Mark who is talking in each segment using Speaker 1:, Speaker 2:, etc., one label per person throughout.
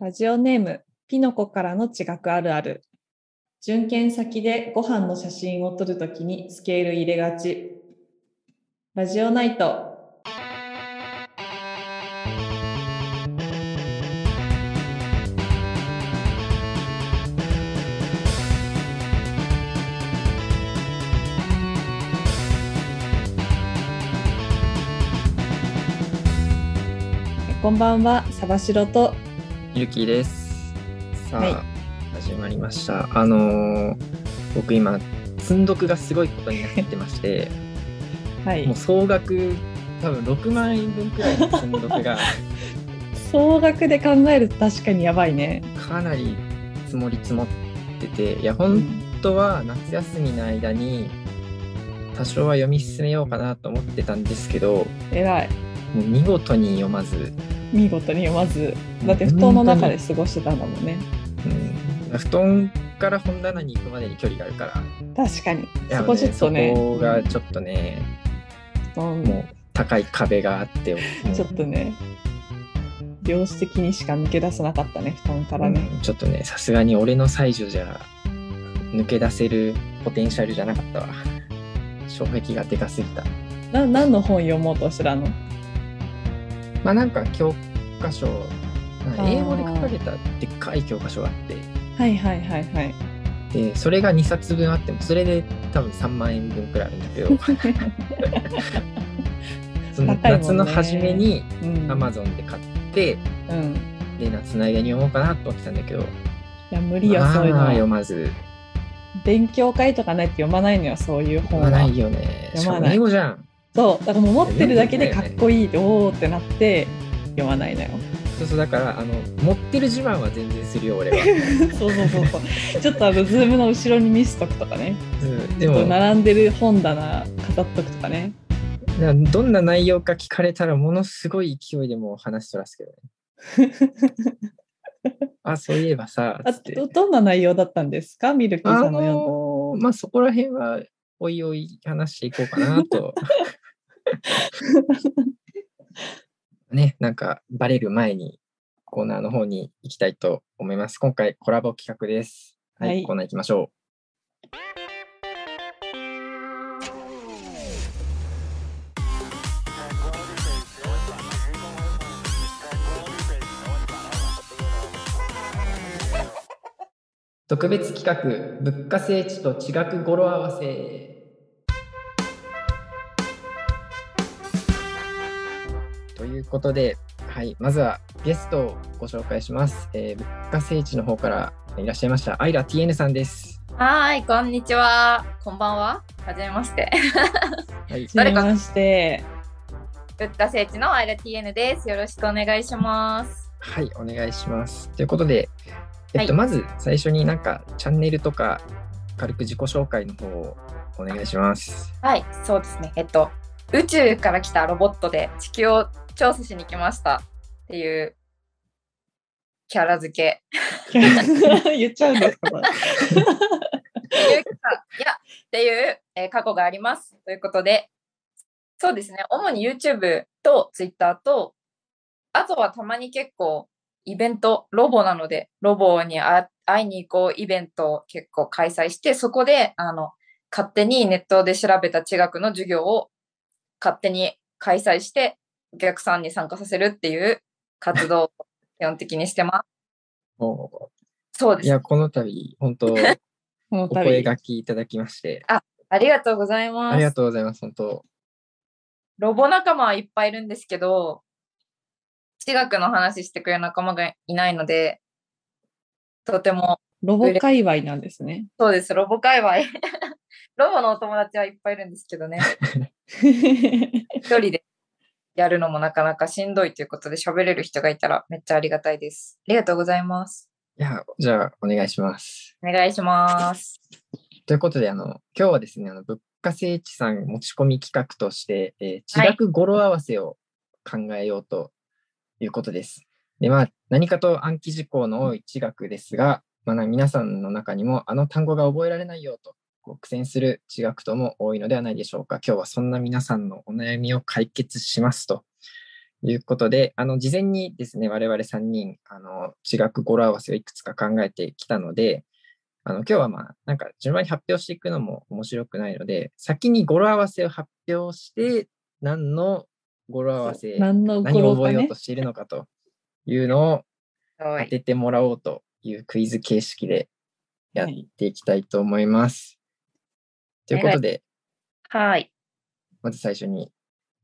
Speaker 1: ラジオネーム、ピノコからの地学あるある。準検先でご飯の写真を撮るときにスケール入れがち。ラジオナイト。こんばんは、サバシロと
Speaker 2: ゆきです。さあ、
Speaker 1: は
Speaker 2: 始まりました。あのー僕今積んどくがすごいことになってまして、
Speaker 1: はい
Speaker 2: もう、総額多分6万円分くらいの積んどく が
Speaker 1: 総額で考えると確かにやばいね。
Speaker 2: かなり積もり積もってて、いや本当は夏休みの間に多少は読み進めようかなと思ってたんですけど、
Speaker 1: えらい。
Speaker 2: もう見事に読まず、
Speaker 1: 見事にまず、だって布団の中で過ごしてたんだもんね。
Speaker 2: うん、布団から本棚に行くまでに距離があるから、
Speaker 1: 確かに。
Speaker 2: や
Speaker 1: そこちょっとね。
Speaker 2: そこがちょっとね。
Speaker 1: うん
Speaker 2: もう高い壁があって、もう
Speaker 1: ちょっとね、量子的にしか抜け出せなかったね、布団からね。
Speaker 2: うんちょっとね、さすがに俺の才女じゃ抜け出せるポテンシャルじゃなかったわ。障壁がでかすぎた。
Speaker 1: な何の本読もうとしてたの
Speaker 2: まあなんか教科書、なんか
Speaker 1: あー
Speaker 2: 英語で書かれたでっかい教科書があっ
Speaker 1: はいはいはい はい。
Speaker 2: て、で、それが2冊分あっても、それで多分3万円分くらいあるんだけ ど、その
Speaker 1: 高いもんね
Speaker 2: 夏の初めに
Speaker 1: うん、
Speaker 2: Amazon で買って、
Speaker 1: うん。
Speaker 2: で、夏の間に読もうかなと思ってたんだけど、
Speaker 1: いや、無理よ、
Speaker 2: まあ
Speaker 1: そういうの
Speaker 2: 読
Speaker 1: は。
Speaker 2: まず、
Speaker 1: 勉強会とかないと読まないのよ、そういう本
Speaker 2: 読
Speaker 1: は。
Speaker 2: まないよね。し
Speaker 1: 読
Speaker 2: か
Speaker 1: まない
Speaker 2: も英語じゃん。
Speaker 1: そう、だからもう持ってるだけでかっこいい、おーってなって、読まないのよ。
Speaker 2: そうそうだからあの持ってる自慢は全然するよ俺は、
Speaker 1: そうそうそうそう。ちょっとあの、ズームの後ろに見せとくとかね。
Speaker 2: うん、
Speaker 1: ち
Speaker 2: で
Speaker 1: ょっと
Speaker 2: も
Speaker 1: 並んでる本棚飾っとくとかね。
Speaker 2: などんな内容か聞かれたらものすごい勢いでもう話しとらすけどね あそういえばさ
Speaker 1: あ
Speaker 2: つっ
Speaker 1: ど
Speaker 2: て
Speaker 1: どんな内容だったんですかミルキーさんの読ん
Speaker 2: あ
Speaker 1: だ
Speaker 2: のーまあそこら辺はおいおい話していこうかなとねなんかバレる前にコーナーの方に行きたいと思います今回コラボ企画ですはい、
Speaker 1: はい
Speaker 2: コーナー行きましょう特別企画物価聖地と地学語呂合わせということで、はい、まずはゲストをご紹介します。えー、物価聖地の方からいらっしゃいました、アイラ TN さんです。
Speaker 3: はーい、こんにちは。こんばんは。はじめまして。
Speaker 2: はい、
Speaker 3: 誰
Speaker 1: は
Speaker 3: か
Speaker 1: じめまして。
Speaker 3: 物価聖地のアイラ TN です。よろしくお願いします。
Speaker 2: はい、お願いします。ということで、えっと、
Speaker 3: は
Speaker 2: まず最初になんかチャンネルとか、軽く自己紹介の方をお願いします。
Speaker 3: はい、そうですね。えっと、宇宙から来たロボットで地球を調査しに来ましたっていうキャラ付け。
Speaker 1: 言っちゃうんですかこれ
Speaker 3: ゆうきさんいやっていう、えー過去があります。ということで、そうですね、主に YouTube と Twitter と、あとはたまに結構イベント、ロボなので、ロボにあ会いに行こうイベントを結構開催して、そこであの勝手にネットで調べた地学の授業を勝手に開催して、お客さんに参加させるっていう活動を基本的にしてま
Speaker 2: お
Speaker 3: す。そうで
Speaker 2: い
Speaker 3: す。
Speaker 2: や、 この度、本当、
Speaker 1: この
Speaker 2: お声
Speaker 1: 度
Speaker 2: がきいただきまして、
Speaker 3: ありがとうございます。
Speaker 2: ありがとうございます。本当、
Speaker 3: ロボ仲間はいっぱいいるんですけど、地学の話してくれる仲間がいないので、とても、
Speaker 1: ロボ界隈なんですね。
Speaker 3: そうです、ロボ界隈。 ロボのお友達はいっぱいいるんですけどね、一人でやるのもなかなかしんどいということで、喋れる人がいたらめっちゃありがたいです。ありがとうございます。
Speaker 2: いや、じゃあ、お願いします。
Speaker 3: お願いします。
Speaker 2: ということで、あの、今日はですね、あの、物価聖地さん持ち込み企画として、えー、地
Speaker 3: はい
Speaker 2: 学語呂合わせを考えようということです。で、まあ、何かと暗記事項の多い地学ですが、まあ、な皆さんの中にも、あの単語が覚えられないよと、こう苦戦する地学とも多いのではないでしょうか。今日はそんな皆さんのお悩みを解決しますということで、あの事前にですね、我々3人、あの地学語呂合わせをいくつか考えてきたので、あの今日はまあ、なんか順番に発表していくのも面白くないので、先に語呂合わせを発表して、何の語呂合わせ、
Speaker 1: 何の
Speaker 2: 何
Speaker 1: 頃
Speaker 2: を覚
Speaker 1: か
Speaker 2: えよう
Speaker 1: ね
Speaker 2: と。しているのかというのを当
Speaker 3: はい。
Speaker 2: ててもらおうというクイズ形式でやっ
Speaker 1: はい
Speaker 2: ていきたいと思います。ということで、
Speaker 3: はい。
Speaker 2: まず最初に、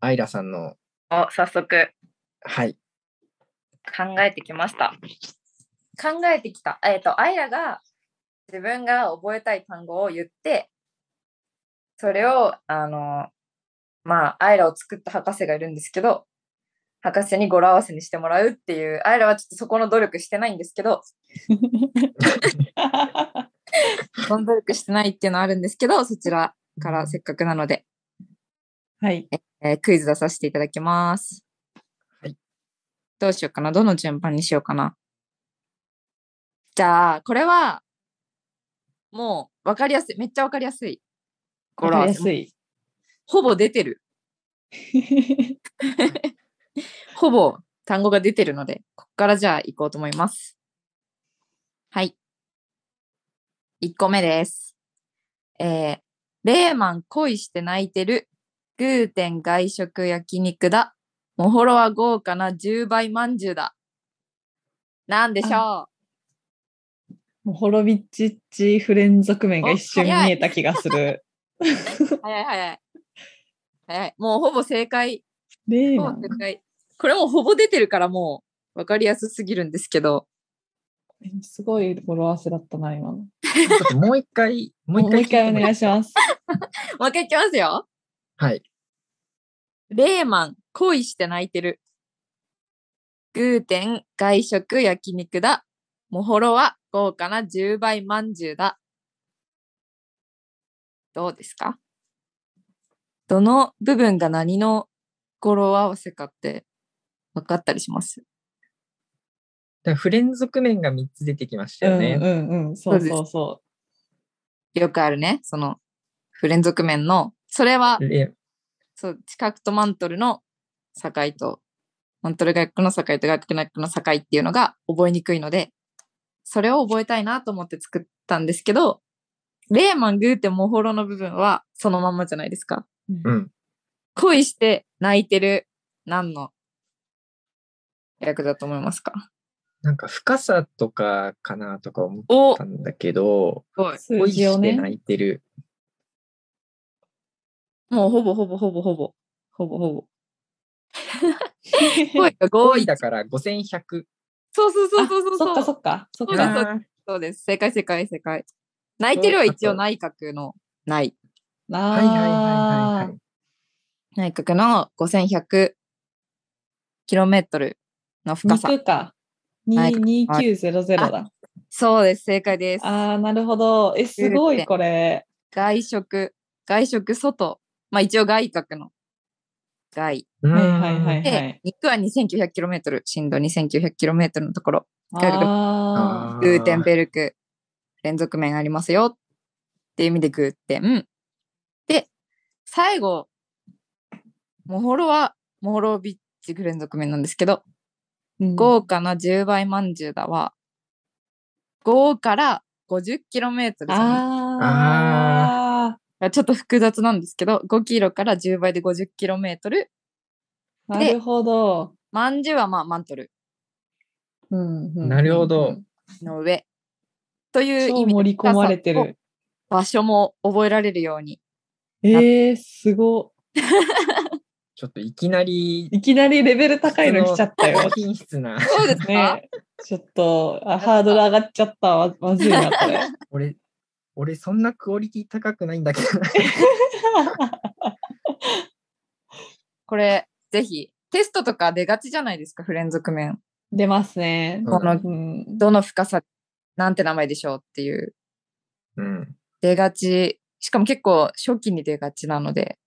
Speaker 2: アイラさんの、
Speaker 3: お、早速
Speaker 2: はい、
Speaker 3: 考えてきました。考えてきた。えっ、と、アイラが自分が覚えたい単語を言って、それを、あの、まあ、アイラを作った博士がいるんですけど、博士に語呂合わせにしてもらうっていう、アイラはちょっとそこの努力してないんですけど、 その努力してないっていうのはあるんですけど、そちらからせっかくなので、
Speaker 1: はい。
Speaker 3: えークイズ出させていただきます。
Speaker 2: はい。
Speaker 3: どうしようかなどの順番にしようかなじゃあ、これは、もう、わかりやすい。めっちゃわかりやすい。語
Speaker 1: わ
Speaker 3: 呂合
Speaker 1: かり
Speaker 3: わ
Speaker 1: や
Speaker 3: せ
Speaker 1: すい。
Speaker 3: ほぼ出てる。ほぼ単語が出てるので、ここからじゃあ行こうと思います。はい。1個目です。えー、レーマン恋して泣いてる。グーテン外食焼肉だ。モホロは豪華な10倍まんじゅうだ。なんでしょ
Speaker 1: もうホロビッチッチフレンズ族面が一瞬
Speaker 3: お早い
Speaker 1: 見えた気がす る。
Speaker 3: う早い早い。早い。もうほぼ正解。
Speaker 1: レー
Speaker 3: ほ
Speaker 1: マ
Speaker 3: ぼ
Speaker 1: ン
Speaker 3: 正。解。これもうほぼ出てるからもう分かりやすすぎるんですけど。
Speaker 1: すごい語呂合わせだったな、今の。
Speaker 2: ちょっともう一回、もう
Speaker 1: も
Speaker 2: 一
Speaker 1: う
Speaker 2: 回
Speaker 1: 一回お願い
Speaker 2: し
Speaker 1: します。
Speaker 3: もう一回いきますよ。
Speaker 2: はい、
Speaker 3: レーマン、恋して泣いてる。グーテン、外食、焼肉だ。モホロは豪華な10倍まんじゅうだ。どうですかどの部分が何の語呂合わせかって分かったりします
Speaker 2: でフレンズ族面が3つ出てきました
Speaker 1: うん
Speaker 2: よね。
Speaker 1: うんうん。そうそうそ
Speaker 3: よくあるね。その、不連続面の、それは、
Speaker 2: レ
Speaker 3: そう、近くとマントルの境と、マントル外国の境と外国の外国の境っていうのが覚えにくいので、それを覚えたいなと思って作ったんですけど、レーマン、グーテン、モホロの部分はそのまんまじゃないですか。
Speaker 1: う。
Speaker 2: う
Speaker 1: うん
Speaker 2: ん、
Speaker 3: 恋して泣いてる、何の略だと思いますか
Speaker 2: なんか深さとかかなとか思っ
Speaker 3: おす
Speaker 2: たんだけど、
Speaker 3: ごい。
Speaker 1: 数
Speaker 2: 恋
Speaker 1: 字を
Speaker 2: して
Speaker 1: ね。
Speaker 2: 泣いてる。
Speaker 3: もうほぼほぼほぼほぼ、ほぼほぼ。 恋が5
Speaker 2: 恋
Speaker 3: 位。
Speaker 2: だから5100。
Speaker 3: そうそうそう
Speaker 1: あ
Speaker 3: そうそう。
Speaker 1: そっかそっか。そっ
Speaker 3: そうです
Speaker 1: か。
Speaker 3: そうです。正解正解正解。泣いてるは一応内閣のない。
Speaker 2: あーはいはいはいはい
Speaker 1: あ
Speaker 2: はい。
Speaker 3: 内閣の 5100km の
Speaker 1: ー、
Speaker 3: 深さ。
Speaker 1: 肉か。
Speaker 3: はい
Speaker 1: に2900だ。
Speaker 3: そうです。正解です。
Speaker 1: ああ、なるほど。え、すごい、これ。
Speaker 3: 外食。外食外。まあ一応外角の外。
Speaker 2: うん
Speaker 1: はいはいはい
Speaker 3: で、肉は 2900km。震度 2900km のところ。
Speaker 1: ああ。
Speaker 2: あ
Speaker 3: グーテンベルク。連続面ありますよ。っていう意味でグーテン。で、最後。モホロは、モホロビッチ連続面なんですけど、
Speaker 1: うん
Speaker 3: 豪華な10倍まんじゅうだは、5から 50km ですね
Speaker 1: あ
Speaker 3: ちょっと複雑なんですけど、5キロから10倍で 50km。
Speaker 1: あ。なるほど。
Speaker 3: まんじゅうはまあマントル
Speaker 1: うんうん
Speaker 2: なるほど。
Speaker 3: の上。という
Speaker 1: 超
Speaker 3: 意味
Speaker 1: 盛り込まれてる。
Speaker 3: 場所も覚えられるように。
Speaker 1: えー、すご
Speaker 2: ちょっといきなり
Speaker 1: い。いきなりレベル高いの来ちゃったよ
Speaker 2: 高。品質な。
Speaker 3: そうですね。
Speaker 1: ねえちょっとあ、ハードル上がっちゃったわ。まずいな、これ。
Speaker 2: 俺、俺そんなクオリティ高くないんだ けど。
Speaker 3: これ、ぜひ、テストとか出がちじゃないですか、フレンズ組面。
Speaker 1: 出ますね。
Speaker 2: うん
Speaker 3: この、
Speaker 1: うん。
Speaker 3: どの深さ、なんて名前でしょうっていう。
Speaker 2: うん。
Speaker 3: 出がち。しかも結構初期に出がちなので。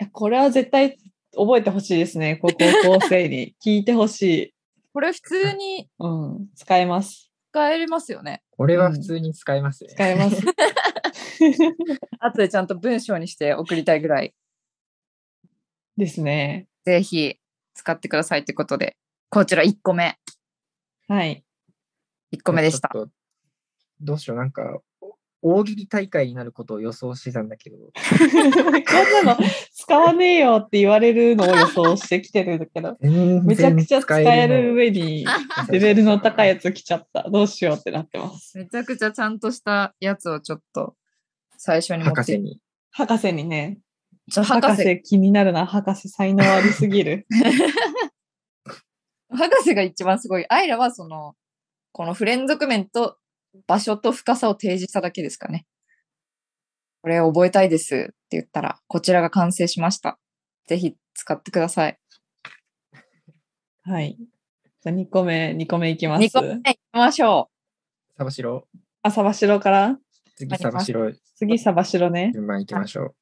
Speaker 1: いやこれは絶対覚えてほしいですね。こう高校生 に聞いてほしい。
Speaker 3: これ普通に
Speaker 1: うん。使えます。
Speaker 3: 使えますよね。
Speaker 2: 俺は普通に使えますね。
Speaker 1: 使え ます。
Speaker 3: 後でちゃんと文章にして送りたいぐらい。
Speaker 1: ですね。
Speaker 3: ぜひ、使ってくださいということで、こちら1個目、
Speaker 1: はい。
Speaker 3: 1個目でした
Speaker 2: ち。ょっと。どうしよう、なんか、大喜利大会になることを予想してたんだけど、
Speaker 1: こんなの使わねえよって言われるのを予想してきてるんだけど、め
Speaker 2: め
Speaker 1: ちゃくちゃ使える上に、レベルの高いや
Speaker 2: つ。
Speaker 1: つ来ちゃった。どうしようってなってます。
Speaker 3: めちゃくちゃちゃんとしたやつをちょっと最初に持
Speaker 2: 博
Speaker 3: って
Speaker 2: 士に。
Speaker 1: 博士にね、
Speaker 3: ちょ博
Speaker 1: 博
Speaker 3: 士
Speaker 1: 士気になるな、博士才能ありすぎる。
Speaker 3: 博士が一番すごい。アイラはその、このフレンズ面と場所と深さを提示しただけですかね。これ覚えたいですって言ったら、こちらが完成しました。ぜひ使ってください。
Speaker 1: はい。じゃあ2個目、2個目いきます
Speaker 3: 2。個目行きましょ
Speaker 2: サバシロ、
Speaker 1: あ、サバシロから
Speaker 2: 次サバシロ、
Speaker 1: 次、サバシロね。
Speaker 2: 順番行きましょ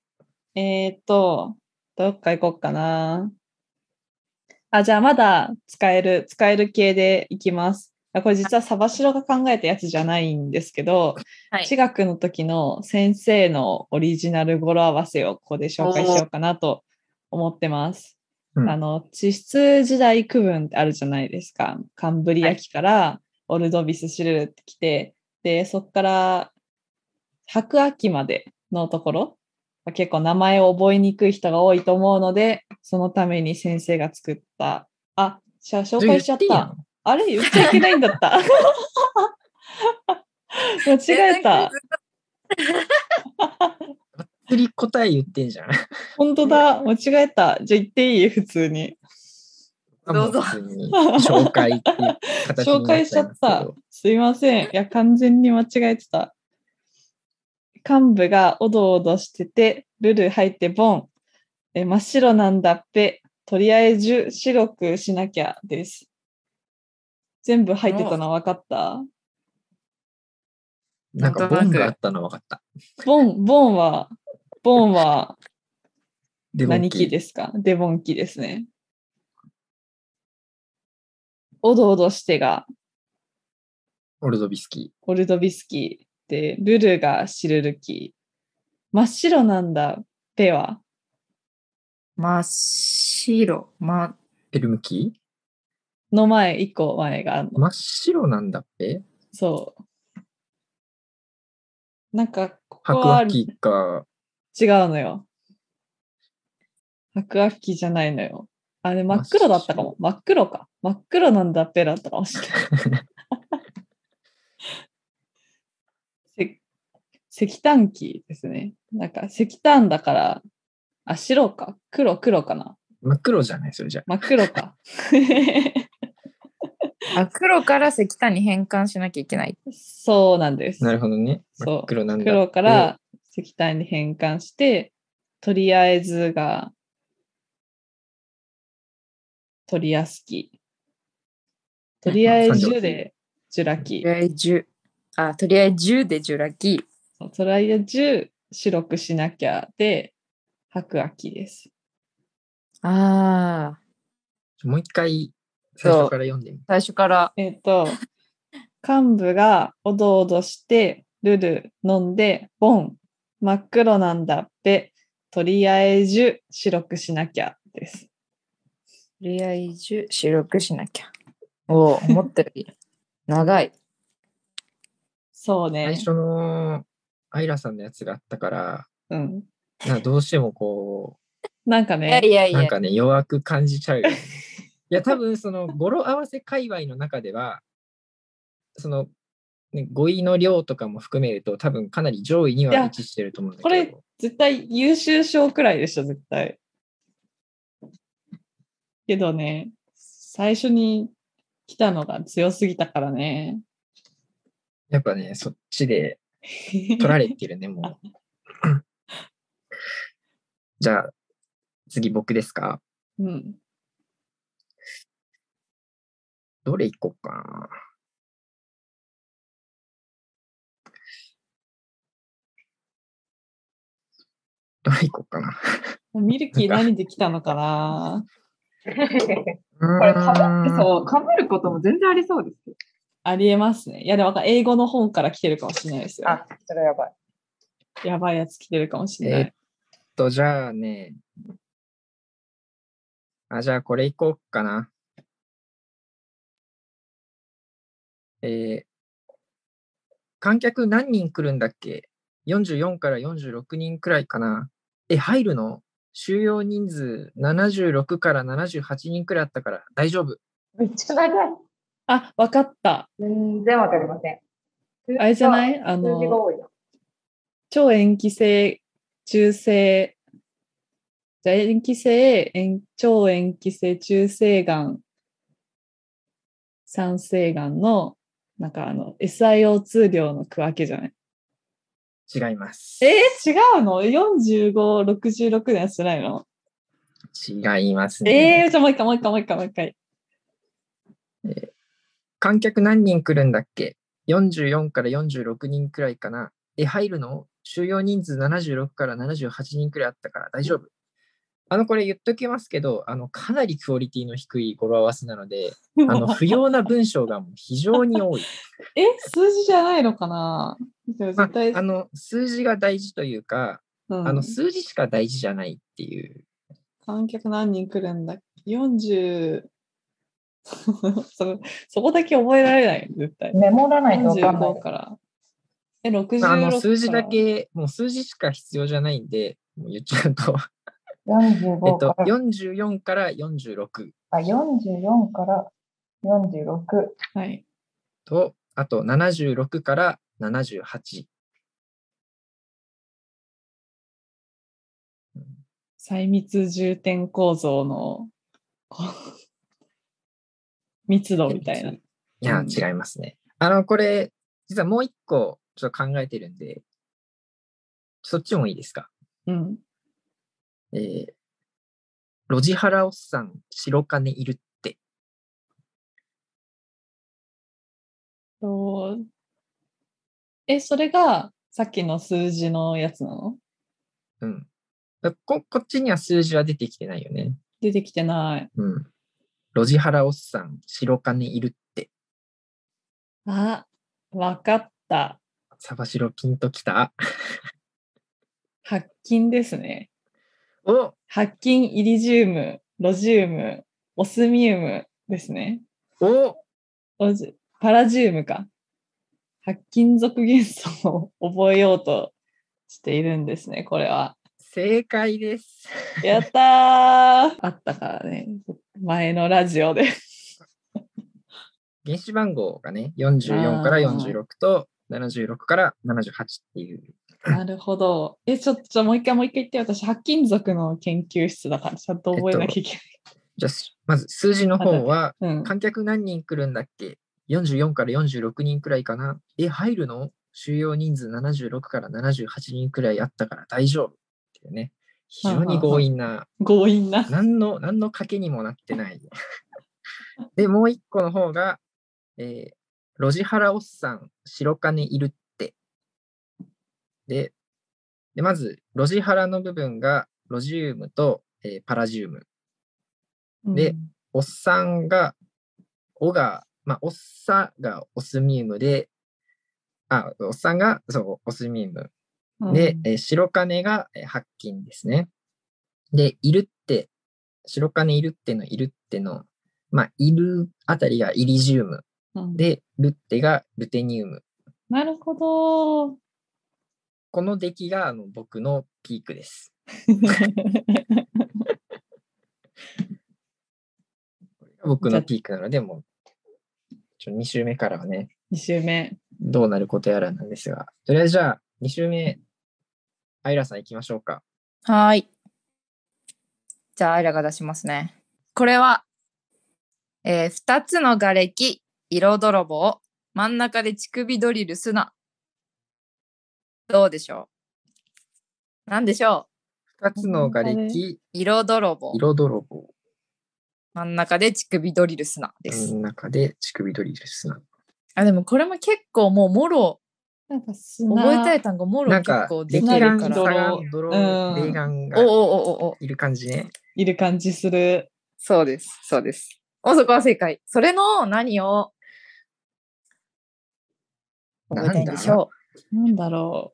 Speaker 1: えーっと、どっか行こっかな。あ、じゃあまだ使える、使える系でいきます。あこれ実はサバシロが考えたやつじゃないんですけど、
Speaker 3: はい
Speaker 1: 地学の時の先生のオリジナル語呂合わせをここで紹介しようかなと思ってます。
Speaker 2: うん
Speaker 1: あの、地質時代区分ってあるじゃないですか。カンブリア紀からオルドビスシルルって来て、で、そこから白亜紀までのところ、結構名前を覚えにくい人が多いと思うので、そのために先生が作った。あ、じゃあ
Speaker 2: う。
Speaker 1: 紹介しちゃっ
Speaker 2: じ
Speaker 1: た。あれ言っちゃいけないんだった。間違えた。。
Speaker 2: ゃあ言っていいの。釣り答え言ってんじゃん。
Speaker 1: 本当だ。間違えた。じゃあ言っていい普通に。
Speaker 3: どうぞ
Speaker 2: あも普通に紹介っていう形に
Speaker 1: 紹
Speaker 2: な
Speaker 1: 介
Speaker 2: っ
Speaker 1: し
Speaker 2: ち
Speaker 1: ち
Speaker 2: ゃ
Speaker 1: ゃ
Speaker 2: いま
Speaker 1: っ
Speaker 2: すけ
Speaker 1: た
Speaker 2: ど。。
Speaker 1: すいません。いや、完全に間違えてた。幹部がおどおどしてて、ルル入ってボン。え真っ白なんだっぺ。とりあえず白くしなきゃです。全部入ってたの分かった
Speaker 2: なんかボンがあったのは分かった。
Speaker 1: ボン、ボンは、ボンは
Speaker 2: で
Speaker 1: 何期ですかデボン期ですね。おどおどしてが
Speaker 2: オルドビスキ
Speaker 1: オルドビスキーで、ルルがシルルキー。真っ白なんだ、ペは。
Speaker 3: 真っ白。ま、
Speaker 2: ー。ペルムキ
Speaker 1: の前、一個前がある
Speaker 2: ー
Speaker 1: の。
Speaker 2: 真っ白なんだっぺ
Speaker 1: そう。なんか、ここ
Speaker 2: 白
Speaker 1: は
Speaker 2: 亜
Speaker 1: 違う
Speaker 2: 紀か。
Speaker 1: のよ。白亜紀じゃないのよ。あれ、真っ黒だったかも。真っ黒か。真っ黒なんだ、ペだったかもしれない。せ石炭紀ですね。なんか、石炭だから、あ、白か。黒、黒かな。
Speaker 2: 真っ黒じゃないそれじゃ。
Speaker 1: 真っ黒か。
Speaker 3: あ黒から石炭に変換しなきゃいけない。
Speaker 1: そうなんです。
Speaker 2: なるほどね。
Speaker 1: そう
Speaker 2: 真っ黒なんだ。
Speaker 1: 黒から石炭に変換して、とりあえずが、取りやすき。とりあえずで、ジュラ
Speaker 3: と
Speaker 1: キ
Speaker 3: り。あえず、あ、とりあえずでジュラキー。
Speaker 1: そうとりあえず、白くしなきゃで、白亜紀です。
Speaker 3: ああ、
Speaker 2: もう一回
Speaker 3: そ
Speaker 2: 最初
Speaker 3: う
Speaker 2: から読んでみて。
Speaker 3: 最初から。
Speaker 1: えっと、幹部がおどおどして、ルル飲んで、ボン、真っ黒なんだっぺ、とりあえず白くしなきゃです。
Speaker 3: とりあえず白くしなきゃ。おお、思ったより 長い。
Speaker 1: そうね。
Speaker 2: 最初のアイラさんのやつがあったから、
Speaker 1: うん。
Speaker 2: なんかどうしてもこ
Speaker 1: なんか
Speaker 3: いや
Speaker 1: ね、
Speaker 3: いや
Speaker 2: う、
Speaker 3: い
Speaker 2: なん
Speaker 3: や、
Speaker 2: かね、弱く感じち ゃうよね。いや、多分その語呂合わせ界隈の中では、その、ね、語彙の量とかも含めると、多分かなり上位に
Speaker 1: い
Speaker 2: は
Speaker 1: や
Speaker 2: 位置してると思うんだ
Speaker 1: こ
Speaker 2: け
Speaker 1: れ
Speaker 2: ど、
Speaker 1: 絶対優秀賞くらいでしょ、絶対。けどね、最初に来たのが強すぎたからね。
Speaker 2: やっぱね、そっちで取られてるね、もう。 じゃあ、次僕ですか
Speaker 1: うん。
Speaker 2: どれ行こうかな。どれ行こうかな。
Speaker 1: ミルキー何で来たのかな
Speaker 2: こ
Speaker 3: う、かぶることも全然ありそうです
Speaker 1: ありえますね。いや、でもわかん英語の本から来てるかもしれないですよ。
Speaker 3: あ、それはやばい。
Speaker 1: やばいやつ来てるかもしれな
Speaker 2: えーっ
Speaker 1: い。
Speaker 2: と、じゃあね、あ、じゃあこれいこうかな。えー観客何人来るんだっけ ?44 から46人くらいかな。え、入るの収容人数76から78人くらいあったから大丈夫。
Speaker 4: めっちゃ長い。
Speaker 1: あ、わかった。
Speaker 4: 全然わかりません。
Speaker 1: あれじゃないいあ
Speaker 4: 数字が
Speaker 1: の、
Speaker 4: 多いな。
Speaker 1: 超延期性、中性、じゃあ延期性、延超延期性、中性がん、酸性がんの、なんかあの、SIO2 量の区分けじゃない
Speaker 2: 違います。
Speaker 1: えー、違うの ?45、66のやつじゃないの
Speaker 2: 違いますね。
Speaker 1: えー、じゃあもう一回、もう一回、もう一回、もう一回。
Speaker 2: 観客何人来るんだっけ ?44 から46人くらいかな。え、入るの収容人数76から78人くらいあったから大丈夫。あの、これ言っときますけど、あの、かなりクオリティの低い語呂合わせなので、あ の、不要な文章がもう非常に多い。
Speaker 1: え、数字じゃないのかな
Speaker 2: まあ
Speaker 1: 絶対、、
Speaker 2: あの、数字が大事というか、
Speaker 1: うん
Speaker 2: あの、数字しか大事じゃないっていう。
Speaker 1: 観客何人来るんだっけ ?40 その。そこだけ覚えられない、絶対。
Speaker 4: メモらないとわかんない
Speaker 1: 45。から。え、66
Speaker 2: まあ、あの、
Speaker 1: から
Speaker 2: 数字だ。け、もう数字しか必要じゃないんで、もう言っちゃうと、 えっ
Speaker 4: 45
Speaker 2: と
Speaker 4: か、ら、
Speaker 2: 44から46。
Speaker 4: あ44から46。
Speaker 1: はい。
Speaker 2: と、あと76から78。
Speaker 1: 細密重点構造のこう密度みたいな。
Speaker 2: いや、
Speaker 1: うん
Speaker 2: 違いますね。あの、これ、実はもう一個、ちょっと考えてるんで、そっちもいいですか。
Speaker 1: うん。
Speaker 2: えー、ロジハラおっさん、白金いるって。
Speaker 1: とえ、それがさっきの数字のやつなの
Speaker 2: うん。こ、こっちには数字は出てきてないよね。
Speaker 1: 出てきてない。
Speaker 2: うん。ロジハラおっさん、白金いるって。
Speaker 1: あ、わかった。
Speaker 2: サバシロピンときた。
Speaker 1: 白金ですね。
Speaker 2: お
Speaker 1: 白金、イリジウム、ロジウム、オスミウムですね。
Speaker 2: お
Speaker 1: ロジパラジウムか。白金属元素を覚えようとしているんですね、これは。
Speaker 2: 正解です。
Speaker 1: や ったーあったからね、前のラジオで。
Speaker 2: 原子番号がね、44から46と76から78っていう。
Speaker 1: なるほど。え、ちょっと、ちょもう一回もう一回言って、私、白金属の研究室だから、ちゃんと覚えなきゃいけない。
Speaker 2: じゃあ、すまず数字の方は、
Speaker 1: うん、
Speaker 2: 観客何人来るんだっけ ?44 から46人くらいかなえ、入るの収容人数76から78人くらいあったから大丈夫っていうね。非常に強引な、
Speaker 1: 強引な。
Speaker 2: 何の、何の賭けにもなってない。で、もう一個の方が、えーロジハラおっさん、白金いるって。で、でまず、ロジハラの部分が、ロジウムと、えーパラジウム。で
Speaker 1: うん
Speaker 2: おっさんが、おが、まあ、おっさんがオスミウムで、あ、おっさんが、そう、オスミウム。で、えー白金がえー白金ですね。で、いるって、白金いるってのいるっての、まあ、いるあたりがイリジウム。
Speaker 1: うん、
Speaker 2: で、ルッテがルテニウム。
Speaker 1: なるほ ど。
Speaker 2: この出来があの僕のピークです。僕のピークなので、もう、ちょ2週目からはね、
Speaker 1: 2週目。
Speaker 2: どうなることやらなんですが、とりあえずじゃあ、2週目、アイラさん行きましょうか。
Speaker 4: はーい。じゃあ、アイラが出しますね。これは、えー、2つの瓦礫、色泥棒、真ん中で乳首ドリル砂。どうでしょうなんでしょ
Speaker 2: 2つの瓦礫、
Speaker 4: う色泥棒、
Speaker 2: 色泥棒
Speaker 4: 真ん中で乳首ドリル砂です。
Speaker 2: の中で乳首ドリルすな。
Speaker 4: あ、でもこれも結構もうもろ、
Speaker 1: なんか砂
Speaker 4: 覚えたい単語もろ
Speaker 2: なん
Speaker 4: 結
Speaker 2: か、
Speaker 4: 構で
Speaker 2: 霊
Speaker 4: き
Speaker 1: な
Speaker 4: てる
Speaker 2: 眼、
Speaker 4: か
Speaker 2: サ
Speaker 1: でき
Speaker 4: ら。
Speaker 2: ガ
Speaker 1: ら
Speaker 2: ン、ドロ
Speaker 1: うん
Speaker 2: ー、霊
Speaker 4: おお
Speaker 2: 眼が
Speaker 4: おおおお
Speaker 2: いる感じね。
Speaker 1: いる感じする。
Speaker 4: そうです、そうです。お、そこは正解。それの何を覚えたいんでしょ
Speaker 1: なんだろ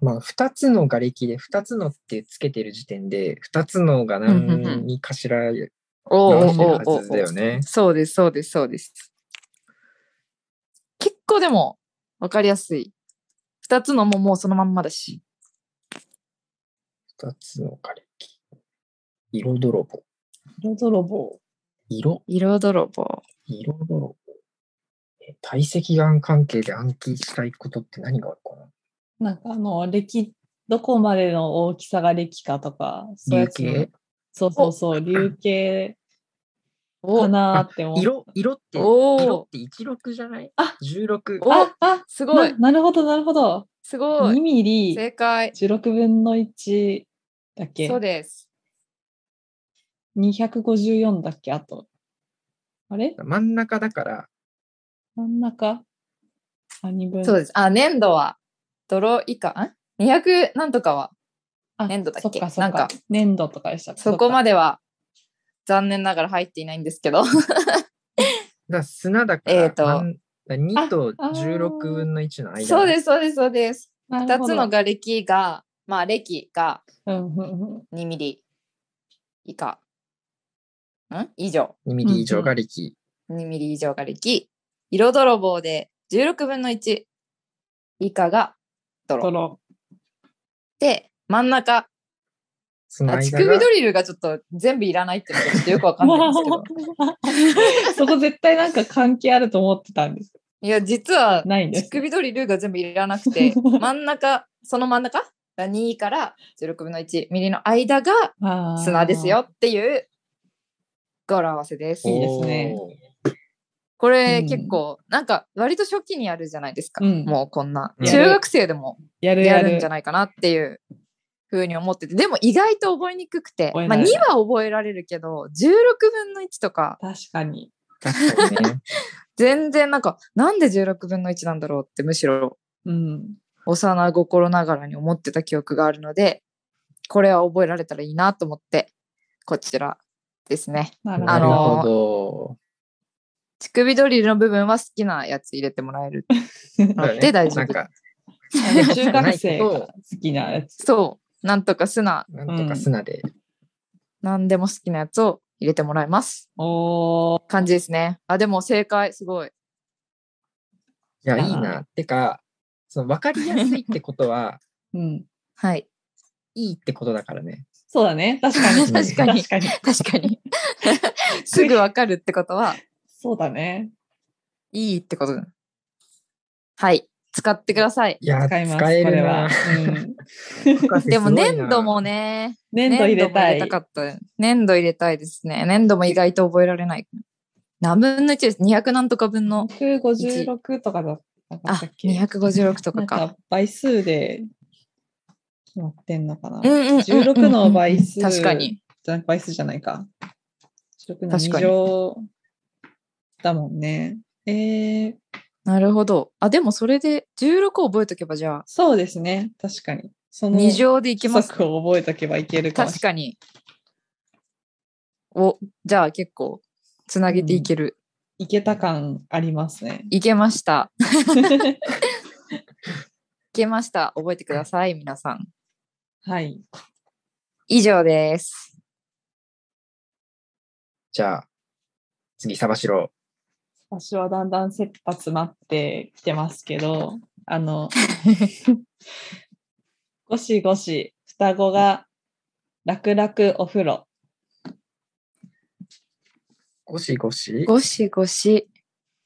Speaker 2: まあ、2つの瓦礫で、2つのってつけてる時点で、2つのが
Speaker 4: うんうんう
Speaker 2: 何かしら
Speaker 3: おうおうおうおうお
Speaker 2: はずだよ
Speaker 3: う
Speaker 2: ね。
Speaker 3: そうです、そうです、そうです。結構でも、わかりやすい。二つのももうそのまんまだし。
Speaker 2: 二つの枯れ木。色泥棒。
Speaker 1: 色泥棒。
Speaker 2: 色、
Speaker 3: 色泥棒。
Speaker 2: 色泥棒。え体積がん関係で暗記したいことって何があるかな
Speaker 1: なんかあの、歴、どこまでの大きさが歴かとか、そういう
Speaker 2: 流
Speaker 1: やつ
Speaker 2: 形
Speaker 1: そうそうそう、流形か
Speaker 3: お
Speaker 1: なーって思う。
Speaker 2: 色、色って、
Speaker 3: おー
Speaker 2: 色って16じゃない
Speaker 1: あ
Speaker 2: ?16。
Speaker 3: お
Speaker 1: あ、あ、
Speaker 3: すご。
Speaker 1: ないなるほど、なるほど。
Speaker 3: すご
Speaker 1: 2
Speaker 3: い。
Speaker 1: ミリ、
Speaker 3: 正解。
Speaker 1: 16分の1だっけ
Speaker 3: そうです。
Speaker 1: ?254 だっけあと。あれ
Speaker 2: 真ん中だから、
Speaker 1: 真ん中あ、2分。
Speaker 3: そうです。あ、粘土は、泥以下、ん ?200 なんとかは、
Speaker 1: あ
Speaker 3: 粘土だっけ
Speaker 1: そっかそっ
Speaker 3: な
Speaker 1: か
Speaker 3: んか。
Speaker 1: 粘土とかでしたっけ
Speaker 3: そこま
Speaker 1: で。
Speaker 3: では、残念ながら入っていないんですけど。
Speaker 2: だから砂だから、
Speaker 3: えーと
Speaker 2: 真んだから2と
Speaker 1: ああー
Speaker 2: 16分の1の間。。
Speaker 3: そうですす、そうです、そうです。
Speaker 1: 2
Speaker 3: 2つの。瓦礫が、まあ、礫が
Speaker 1: うんうんうん
Speaker 3: 2ミリ以下。ん以上。
Speaker 2: 2ミリ以上が力。
Speaker 3: 2ミリ以上が礫。色泥棒で16分の1以下が泥。
Speaker 1: 泥。
Speaker 3: で、真ん中。
Speaker 2: その
Speaker 3: あ乳
Speaker 2: 間
Speaker 3: 首
Speaker 2: が
Speaker 3: ドリルがちょっと全部いらないっていうのがちょっとよくわかんないんです け
Speaker 1: そ
Speaker 3: ど。
Speaker 1: こ絶対なんか関係あると思ってたんです。
Speaker 3: いや、実は
Speaker 1: ないんで
Speaker 3: 乳
Speaker 1: す。
Speaker 3: 首ドリルが全部いらなくて、真ん中、その真ん中が2から16分の1ミリの間が
Speaker 1: あー
Speaker 3: 砂です。よっていう語呂合わせです。
Speaker 1: いいですね
Speaker 2: おー
Speaker 3: これ
Speaker 1: うん
Speaker 3: 結構、なんか割と初期にやるじゃないですか。
Speaker 1: うん
Speaker 3: もうこんな。
Speaker 2: や
Speaker 1: る
Speaker 3: 中学生でも
Speaker 1: やるや
Speaker 3: や
Speaker 1: る。
Speaker 3: るんじゃないかなっていうふうに思ってて、でも意外と覚えにくくて、
Speaker 1: 覚
Speaker 3: まあ
Speaker 1: え
Speaker 3: 2
Speaker 1: ない
Speaker 3: は覚えられるけど、16分の1とか、
Speaker 1: 確かに。
Speaker 2: 確かに ね。
Speaker 3: 全然なんか、なんで16分の1なんだろうってむしろ
Speaker 1: うん。
Speaker 3: 幼心ながらに思ってた記憶があるので、これは覚えられたらいいなと思って、こちらですね。
Speaker 1: な
Speaker 2: な
Speaker 1: る
Speaker 2: る
Speaker 1: ほど。
Speaker 3: のー
Speaker 2: ほど。
Speaker 3: 乳首ドリルの部分は好きなやつ入れてもらえる。あって大丈
Speaker 2: なん
Speaker 3: 夫。
Speaker 2: か、
Speaker 1: 中学生 が好きなやつ。
Speaker 3: そう。なんとか素な、
Speaker 2: なんとか砂で。
Speaker 3: なんでも好きなやつを入れてもらいます。
Speaker 1: おー。
Speaker 3: 感じですね。あ、でも正解、すごい。
Speaker 2: いや、
Speaker 1: あー
Speaker 2: いいな。てか、その分かりやすいってことは、
Speaker 1: うん。
Speaker 3: はい。
Speaker 2: いいってことだからね。
Speaker 1: そうだね。確かに。
Speaker 2: 確
Speaker 3: かに
Speaker 1: 確かに。
Speaker 3: 確 かに。すぐわかるってことは、
Speaker 1: そうだね。
Speaker 3: いいってことだ。はい。使ってください。
Speaker 2: いや、
Speaker 1: 使います。
Speaker 2: 使え
Speaker 1: これ
Speaker 2: る
Speaker 1: は
Speaker 2: な。。
Speaker 1: うん
Speaker 2: 博士
Speaker 3: でも
Speaker 2: すごいな
Speaker 3: 粘土もね、
Speaker 1: 粘土入れたい。
Speaker 3: 粘土も入れたかった。粘土入れたいですね。粘土も意外と覚えられない。何分の1です。200何とか分の。
Speaker 1: 156とかだった
Speaker 3: あ
Speaker 1: っ、け
Speaker 3: 256と
Speaker 1: な
Speaker 3: か
Speaker 1: ん
Speaker 3: か。
Speaker 1: か倍数で決まってんのかな。
Speaker 3: うんうんうんうんうん
Speaker 1: 16の倍数
Speaker 3: 確かに。
Speaker 1: じゃ倍数じゃないか。16の
Speaker 3: 確か
Speaker 1: 2
Speaker 3: に
Speaker 1: 乗だもんね。えー、
Speaker 3: なるほど。あ、でもそれで16を覚えとけばじゃあ、
Speaker 1: そうですね。確かに。その
Speaker 3: 2乗でいき
Speaker 1: 規
Speaker 3: ます。
Speaker 1: 則を覚えとけばいけるかも
Speaker 3: 確
Speaker 1: しれ
Speaker 3: かに。お、じゃあ結構、つなげていける。
Speaker 1: ない。いけた感ありますね。
Speaker 3: いけました。いけました。覚えてください、皆さん。
Speaker 1: はい。
Speaker 3: 以上です。
Speaker 2: じゃあ、次、サバシロ
Speaker 1: 私はだんだん切羽詰まってきてますけど、あ の、ゴシゴシ双子が楽々お風呂。
Speaker 2: ゴシゴシ
Speaker 3: ゴシゴシ、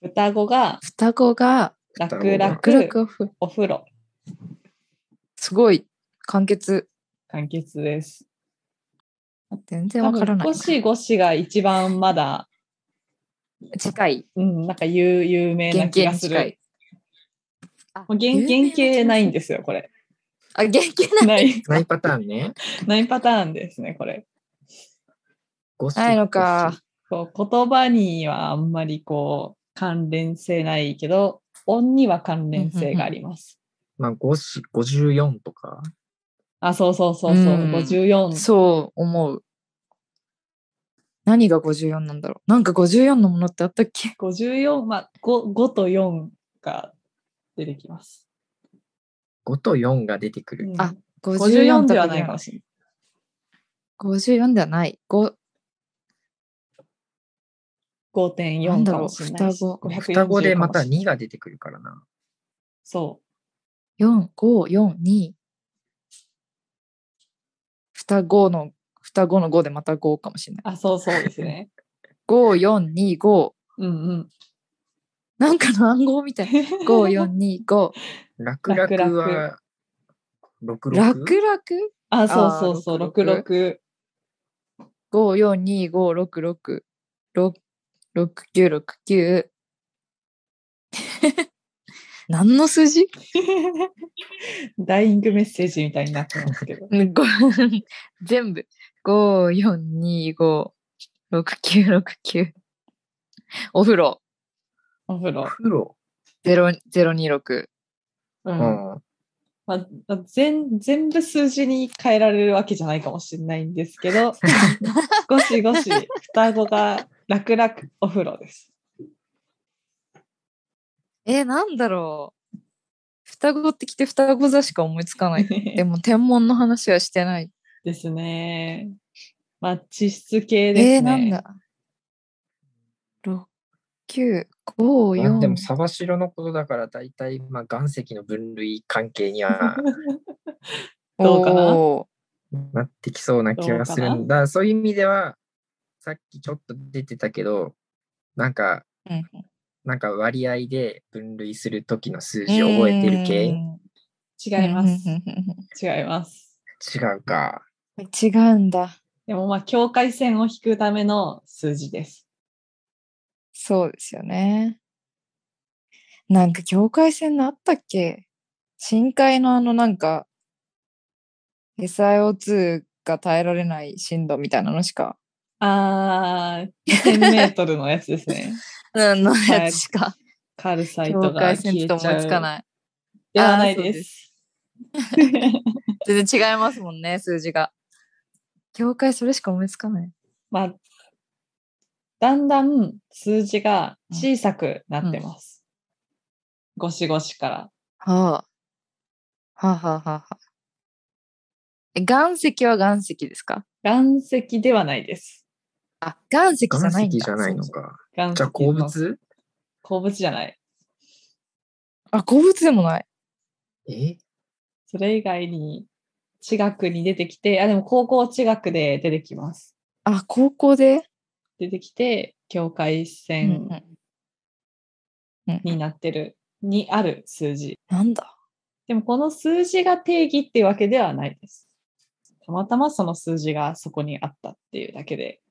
Speaker 1: 双子が
Speaker 3: 双子が、
Speaker 1: 楽
Speaker 2: 双
Speaker 3: グラ
Speaker 1: 々
Speaker 3: クオフ。
Speaker 1: お風呂。
Speaker 3: すごい、簡潔。
Speaker 1: 完結です。
Speaker 3: 全然わからな
Speaker 1: 多分
Speaker 3: い
Speaker 1: ゴ。シゴシが一番まだ、
Speaker 3: 近い。
Speaker 1: うん、なんか有有名
Speaker 3: 原
Speaker 1: な気
Speaker 3: 型
Speaker 1: が
Speaker 3: に
Speaker 1: す
Speaker 3: 近
Speaker 1: る
Speaker 3: い。。あ
Speaker 1: もう原原型ないんですよ、これ。
Speaker 3: あ、原型 ない。
Speaker 1: ない、
Speaker 2: ないパターンね。
Speaker 1: ないパターンですね、これ。
Speaker 2: ゴシ
Speaker 3: ないのか。
Speaker 1: こう言葉にはあんまりこう関連性ないけど、音には関連性があります。
Speaker 2: まあ、ゴシ54とか。
Speaker 1: あ、そうそうそうそう、
Speaker 3: うん
Speaker 1: 54。
Speaker 3: そう思う。何が54なんだろうなんか54のものってあったっけ
Speaker 1: 54、まあ5、5と4が出てきます。
Speaker 2: 5と4が出てくる。
Speaker 1: うん
Speaker 3: あ
Speaker 1: 54
Speaker 3: 54
Speaker 1: ではないかもしれない。
Speaker 3: 54ではない。5
Speaker 1: 5.4かもしれないし。
Speaker 3: なんだろう
Speaker 1: 540
Speaker 2: 双子でまた
Speaker 1: かもしれない
Speaker 2: 2が出てくるからな。
Speaker 1: そ。。
Speaker 3: 4、5、4、2。双子の、双子の5でまた5かもしれないう
Speaker 1: あ、そうそうですね。
Speaker 3: 5、4、2、5。
Speaker 1: うんうん。
Speaker 3: なんかの暗号みたい。5、4、2、5。
Speaker 2: 楽々は66。
Speaker 3: 楽々
Speaker 1: あ、そうそうそう、
Speaker 3: あー
Speaker 1: 六六。
Speaker 3: 五四二五六六六六九六九。 何の数字？
Speaker 1: ダイイングメッセージみたいになってますけど。
Speaker 3: うんご全部五四二五六九六九。お風呂
Speaker 1: お風呂。
Speaker 2: プロ。
Speaker 3: ゼロゼロ二六。
Speaker 1: う。
Speaker 2: うんん。
Speaker 1: まあまあ、全、全部数字に変えられるわけじゃないかもしれないんですけ ど、ゴシゴシ、双子が楽々お風呂です。
Speaker 3: えー、なんだろう。双子ってきて双子座しか思いつか ない。でも天文の話はしてない。
Speaker 1: ですね。まあ、地質系ですね。
Speaker 3: えー、なんだ。六九五
Speaker 2: まあ
Speaker 3: 四。
Speaker 2: でも、沢城のことだから、大体、まあ、岩石の分類関係に は
Speaker 1: どうかな
Speaker 3: おー
Speaker 2: なってきそうな気がするんだ。そういう意味では、さっきちょっと出てたけど、なんか、
Speaker 3: うん
Speaker 2: なんか割合で分類する時の数字を覚えてる系
Speaker 1: 違います。
Speaker 3: す。
Speaker 1: 違います。
Speaker 2: 違うか。
Speaker 3: 違うんだ。
Speaker 1: でもまあ、境界線を引くための数字です。
Speaker 3: そうですよね。なんか境界線のあったっけ深海のあのなんか SIO2 が耐えられない深度みたいなのしか、
Speaker 1: あー、1000メートルのやつです ね。
Speaker 3: うん、の
Speaker 1: や
Speaker 3: や
Speaker 1: つ
Speaker 3: つ
Speaker 1: し
Speaker 3: しか
Speaker 1: カルサイ
Speaker 3: 境
Speaker 1: トが
Speaker 3: 界
Speaker 1: 消
Speaker 3: 線
Speaker 1: え
Speaker 3: と
Speaker 1: ちゃ
Speaker 3: 思
Speaker 1: う
Speaker 3: いつかない。
Speaker 1: ではない
Speaker 3: あーそう
Speaker 1: で。
Speaker 3: です全然違いますもんね、数字が。境界それしか思いつかない。
Speaker 1: まあ、だんだん数字が小さくなってます。ゴシゴシから。
Speaker 3: はあ。はあはあはあはあ。え岩石は岩石ですか
Speaker 1: 岩石ではないです。
Speaker 3: あ、岩石じ
Speaker 2: 岩
Speaker 3: ゃないんだ
Speaker 2: 石じゃないの
Speaker 3: そうそう
Speaker 2: か。
Speaker 1: 岩石
Speaker 2: じゃ
Speaker 1: の
Speaker 2: あ鉱物
Speaker 1: 鉱物じゃない。
Speaker 3: あ、鉱物でもない。
Speaker 2: え
Speaker 1: それ以外に地学に出てきて、あ、でも高校地学で出てきます。
Speaker 3: あ、高校で、
Speaker 1: 出てきて、境界線
Speaker 3: うん
Speaker 1: になってる、にある数字。
Speaker 3: なんだ
Speaker 1: でもこの数字が定義っていうわけではないです。たまたまその数字がそこにあったっていうだけで。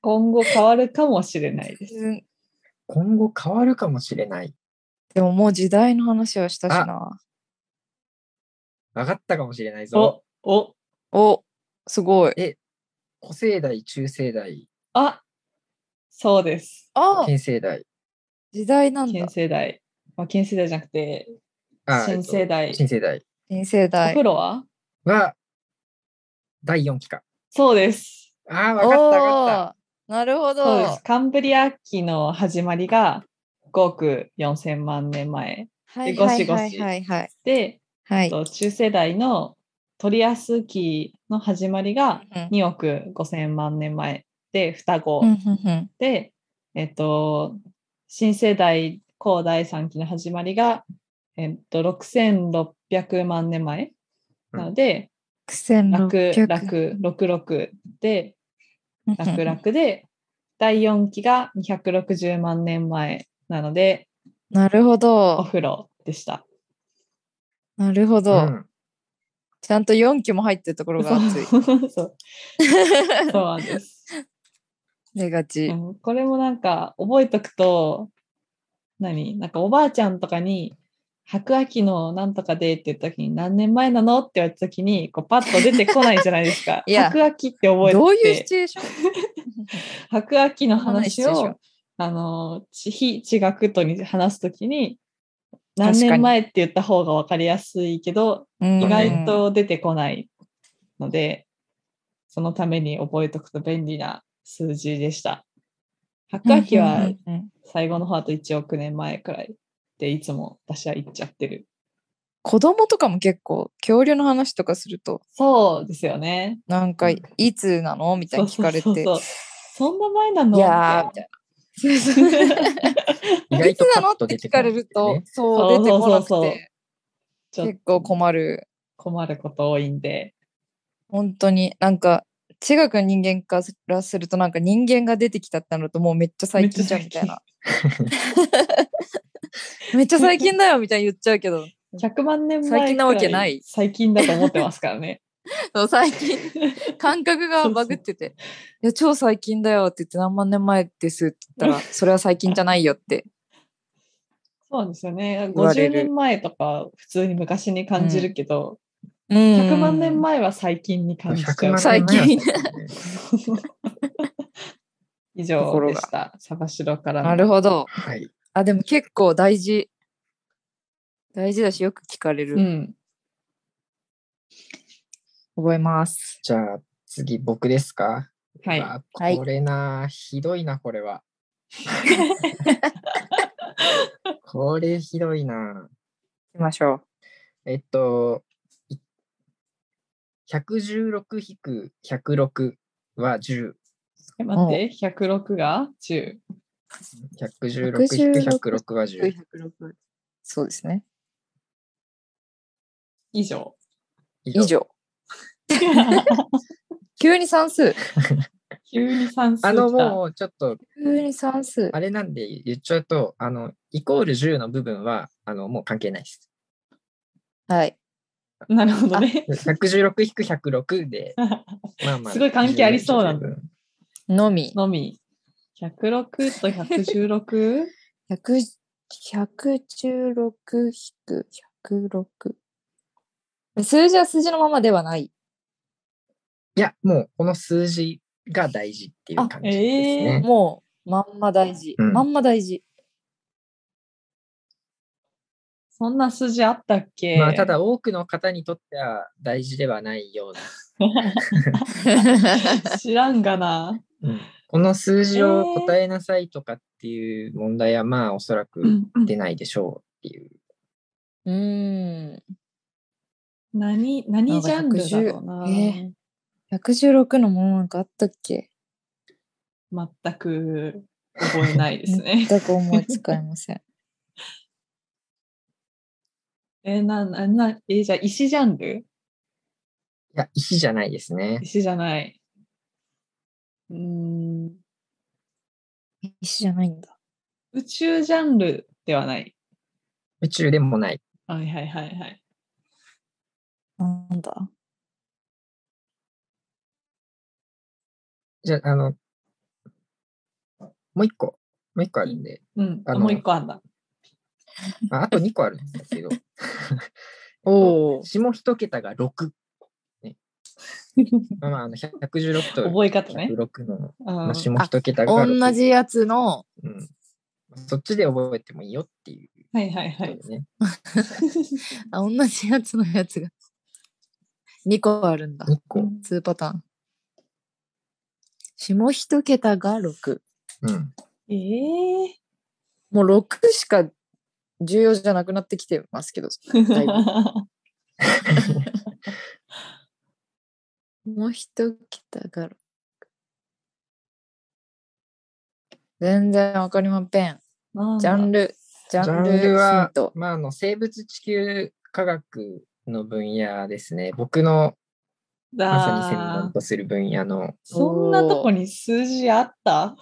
Speaker 1: 今後変わるかもしれないです。
Speaker 3: うん
Speaker 2: 今後変わるかもしれない。
Speaker 3: でももう時代の話はしたしな。
Speaker 2: 上がったかもしれないぞ。
Speaker 1: お、お、
Speaker 3: お、すごい。
Speaker 2: 古生代、中生代、
Speaker 1: あ、そうです。
Speaker 3: あ
Speaker 2: 近世代。
Speaker 3: 時代なんだ
Speaker 1: 県。世代。まあ、県世代じゃなくて、
Speaker 2: あ
Speaker 1: 新世代。
Speaker 2: えっと新世代
Speaker 3: 新世
Speaker 1: お
Speaker 3: 代
Speaker 1: 風。呂は
Speaker 2: は、第4期か。
Speaker 1: そうです。
Speaker 2: ああ、わかった、わかっ
Speaker 3: おーなるほ
Speaker 1: そうで
Speaker 3: ど
Speaker 1: す。。カンブリア紀の始まりが5億4千万年前
Speaker 3: はい
Speaker 1: ゴ
Speaker 3: は
Speaker 1: シ
Speaker 3: い
Speaker 1: ゴシ
Speaker 3: はいはいはい。
Speaker 1: で、
Speaker 3: は
Speaker 1: えっ
Speaker 3: い。
Speaker 1: と中世代のトリアス紀の始まりが
Speaker 3: うん
Speaker 1: 2億5千万年前で双子
Speaker 3: うんうんうん
Speaker 1: で、えっと新世代高第三期の始まりが、えっと、6600万年前
Speaker 2: うん
Speaker 1: なので、楽
Speaker 3: 6600。
Speaker 1: 楽66で
Speaker 3: うんうんうん
Speaker 1: 楽々で第4期が260万年前なので
Speaker 3: なるほ
Speaker 1: お
Speaker 3: ど。
Speaker 1: 風呂でした。
Speaker 3: なるほ
Speaker 2: た。
Speaker 3: ど。
Speaker 2: うん
Speaker 3: ちゃんと4期も入ってるところが熱い。
Speaker 1: そうそうそうなんです。
Speaker 3: 出がち。
Speaker 1: うんこれもなんか覚えとくと何なんかおばあちゃんとかに「白亜紀のなんとかで」って言った時に「何年前なの?」って言われた時にこうパッと出てこないじゃないですか
Speaker 3: 。いや
Speaker 1: 白亜紀って覚え
Speaker 3: どういう
Speaker 1: て
Speaker 3: シ
Speaker 1: て
Speaker 3: チュエーション
Speaker 1: 白亜紀の
Speaker 3: どんな
Speaker 1: 話
Speaker 3: シチュエーション
Speaker 1: をあの地非地学とに話す時に
Speaker 3: か
Speaker 1: 何
Speaker 3: に
Speaker 1: 年前って言った方が分かりやすいけど
Speaker 3: うん
Speaker 1: 意外と出てこないので、そのために覚えておくと便利な数字でした。白亜紀は
Speaker 3: うんうんうん
Speaker 1: 最後の方あと1億年前くらいでいつも私は言っちゃってる。
Speaker 3: 子供とかも結構恐竜の話とかすると
Speaker 1: そうですよね。
Speaker 3: なんか
Speaker 2: うん
Speaker 3: いつなのみたい
Speaker 1: そう
Speaker 3: に聞
Speaker 1: そう
Speaker 3: かれ
Speaker 1: そう
Speaker 3: て
Speaker 1: そうそんな前なの
Speaker 3: いやー
Speaker 1: みたい
Speaker 3: そうそう
Speaker 2: 意
Speaker 3: い
Speaker 2: 外
Speaker 3: つ
Speaker 2: と
Speaker 3: な
Speaker 2: パ
Speaker 3: のっ
Speaker 2: ッと
Speaker 3: て
Speaker 2: 出て
Speaker 3: 聞
Speaker 2: こ
Speaker 3: か
Speaker 2: ない
Speaker 3: れ
Speaker 2: んです
Speaker 3: る
Speaker 2: よ
Speaker 3: と
Speaker 2: ね、
Speaker 3: そう、出てこ
Speaker 1: そ
Speaker 3: なく
Speaker 1: うそうそう
Speaker 3: て、
Speaker 1: なちょっと
Speaker 3: 結構困る。
Speaker 1: 困ること多いんで。
Speaker 3: 本当になんか地学の人間からするとなんか人間が出てきたってなるともうめっちゃ最近じゃん
Speaker 1: めっ
Speaker 3: み
Speaker 1: ちゃ
Speaker 3: た
Speaker 1: 最
Speaker 3: いな めっちゃ最近だよみたいに言っちゃうけど
Speaker 1: 100万年前
Speaker 3: 最近なわけない
Speaker 1: くら最近だと思ってますから ね。
Speaker 3: そう最近感覚がバグってて「いや超最近だよ」って言って「何万年前です」って言ったら「それは最近じゃないよ」って
Speaker 1: そうですよね。
Speaker 3: 言われ
Speaker 1: 50
Speaker 3: る
Speaker 1: 年前とか普通に昔に感じるけど、
Speaker 3: うん
Speaker 1: 100万年前は最近に感じちゃう。
Speaker 2: 100万
Speaker 3: 最
Speaker 2: 年
Speaker 3: 近
Speaker 2: 前なんですね
Speaker 1: 以上でした。サバシロからの
Speaker 3: なるほど
Speaker 2: はい。
Speaker 3: あでも結構大事大事だしよく聞かれる、
Speaker 1: うん。
Speaker 3: 覚えます
Speaker 2: じゃあ次僕ですか。
Speaker 1: はい。
Speaker 2: あ
Speaker 3: はい
Speaker 2: これな、ひどいな、こ れは。これひどいな。
Speaker 3: 行きましょう
Speaker 2: えっと、い116-106は10。
Speaker 1: え待って、106が10。
Speaker 2: 116-106は10。
Speaker 3: そうですね
Speaker 1: 以 上。
Speaker 3: 以上急に算数
Speaker 1: 急に算数
Speaker 2: あの、
Speaker 1: 来た。
Speaker 2: もうちょっと、
Speaker 3: 急に算数
Speaker 2: あれなんで言っちゃうと、あの、イコール10の部分は、あの、もう関係ないです。
Speaker 3: はい
Speaker 1: なるほどね。
Speaker 2: 116-106で、 まあまあ。
Speaker 1: すごい関係ありそうなんだ
Speaker 2: 10
Speaker 3: のみ
Speaker 1: のみ。106と 116?
Speaker 3: 100 116引く106数字は数字のままではない
Speaker 2: いや、もう、この数字が大事っていう感じです
Speaker 1: あえ
Speaker 2: ね。
Speaker 3: もうまんま大事、
Speaker 2: うん
Speaker 3: まんま大 事
Speaker 1: そんな数字あったっけ、
Speaker 2: まあ、ただ、多くの方にとっては大事ではないよう な
Speaker 1: 知らんがな。
Speaker 2: この数字を答えなさいとかっていう問題はまあおそらく出ないでしょうっていう。
Speaker 3: うーん
Speaker 1: 何、何ジャンルだろうな。
Speaker 3: なんか110え116のものなんかあったっけ
Speaker 1: 全く覚えないですね。
Speaker 3: 全く思いつかいま せん
Speaker 1: えな、な、な、えじゃあ、石ジャンル
Speaker 2: いや、石じゃないですね。
Speaker 1: 石じゃない。うーん、
Speaker 3: 石じゃないんだ
Speaker 1: 宇宙ジャンルではない。
Speaker 2: 宇宙でもない。
Speaker 1: はいはいはいはい。
Speaker 3: なんだ
Speaker 2: じゃあ、あの、もう一個、もう一個あるんで、
Speaker 1: うん、
Speaker 2: あ
Speaker 1: あ
Speaker 2: の
Speaker 1: もう一個あんだ。
Speaker 2: ああと二個あるんですけど、
Speaker 3: おお
Speaker 2: 下一桁が6。ね、まあまあ、あの116と
Speaker 1: 覚え方ね。
Speaker 2: 106の
Speaker 1: うん
Speaker 2: まあ下一桁が6
Speaker 3: 同じやつの
Speaker 2: うん。そっちで覚えてもいいよっていう
Speaker 1: はいはいは
Speaker 2: こと
Speaker 1: い。
Speaker 2: でね。
Speaker 3: あ同じやつのやつが2個あるんだ
Speaker 2: 2個。
Speaker 3: 2パターン下一桁が6
Speaker 2: うん。
Speaker 1: ええ
Speaker 3: もう6しか重要じゃなくなってきてます けどだいぶ
Speaker 1: ー。
Speaker 3: もう一桁が6全然わかりません
Speaker 1: なんだ
Speaker 3: ジャンルジ
Speaker 2: ジ
Speaker 3: ャ
Speaker 2: ャ
Speaker 3: ン
Speaker 2: ン
Speaker 3: ル
Speaker 2: ル
Speaker 3: ヒン
Speaker 2: は
Speaker 3: ト、
Speaker 2: まあ、あの生物地球科学の分野ですね。僕のまさに専門
Speaker 1: だー
Speaker 2: とする分野の。
Speaker 1: そんなとこに数字あった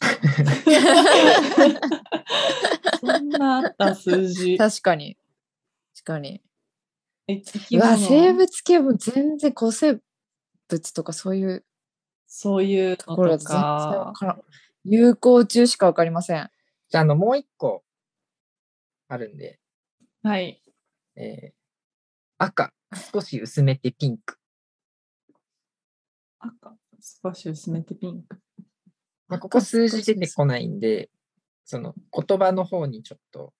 Speaker 1: そんなあった数字。
Speaker 3: 確かに確かに
Speaker 1: え、生き
Speaker 3: うわ
Speaker 1: 物
Speaker 3: 生物系も全然古生物とかそういう
Speaker 1: そういう
Speaker 3: ところ
Speaker 1: の
Speaker 3: だ
Speaker 1: と
Speaker 3: と全然わ
Speaker 1: か。
Speaker 3: からん有効中しかわかりません
Speaker 2: じゃあ、あの、もう一個あるんで、
Speaker 1: はい。
Speaker 2: えー赤、少し薄めてピンク。
Speaker 1: 赤、少し薄めてピンク。
Speaker 2: まあ、ここ数字出てこないんで、その言葉の方にちょっと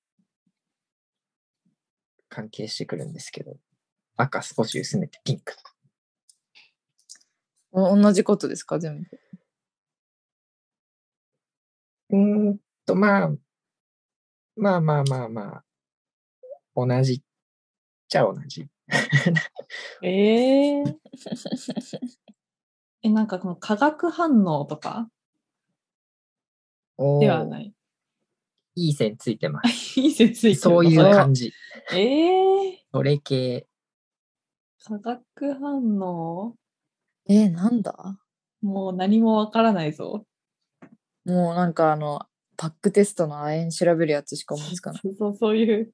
Speaker 2: 関係してくるんですけど、赤、少し薄めてピンク。
Speaker 3: お同じことですか全部
Speaker 2: うーんと、まあ、まあまあまあまあ、同じっちゃ同じ。
Speaker 1: えー、え、なんかこの化学反応とか
Speaker 2: おー
Speaker 1: ではない。
Speaker 2: いい線ついてます。
Speaker 1: いい線ついてる
Speaker 2: そういう感じ。
Speaker 1: ええ
Speaker 2: それ系。
Speaker 1: 化学反応
Speaker 3: えー、なんだ
Speaker 1: もう何もわからないぞ。
Speaker 3: もうなんかあの、パックテストの亜鉛調べるやつしか思いつかない。
Speaker 1: そうそうそういう、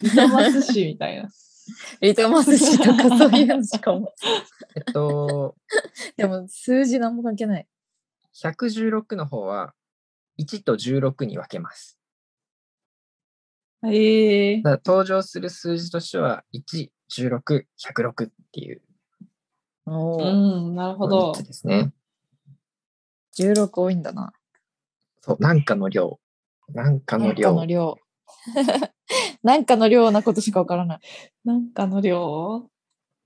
Speaker 1: リトマス紙みたいな。
Speaker 3: リトマス紙とかそういうのしか思いつか
Speaker 2: えっと、
Speaker 3: ない。 でも数字なんも関係ない。
Speaker 2: 116の方は、1と16に分けます。
Speaker 1: ええ
Speaker 2: だから登場する数字としては、1、16、106っていう
Speaker 3: お
Speaker 1: う
Speaker 3: お、
Speaker 1: ん、なるほど
Speaker 2: 3つ。ですね。
Speaker 3: 16多いんだな。
Speaker 2: そう、なんかの量。なんか
Speaker 3: な
Speaker 2: の
Speaker 3: んか
Speaker 2: 量。
Speaker 3: の量。 なんかの量なことしかわからない。
Speaker 1: なんかの量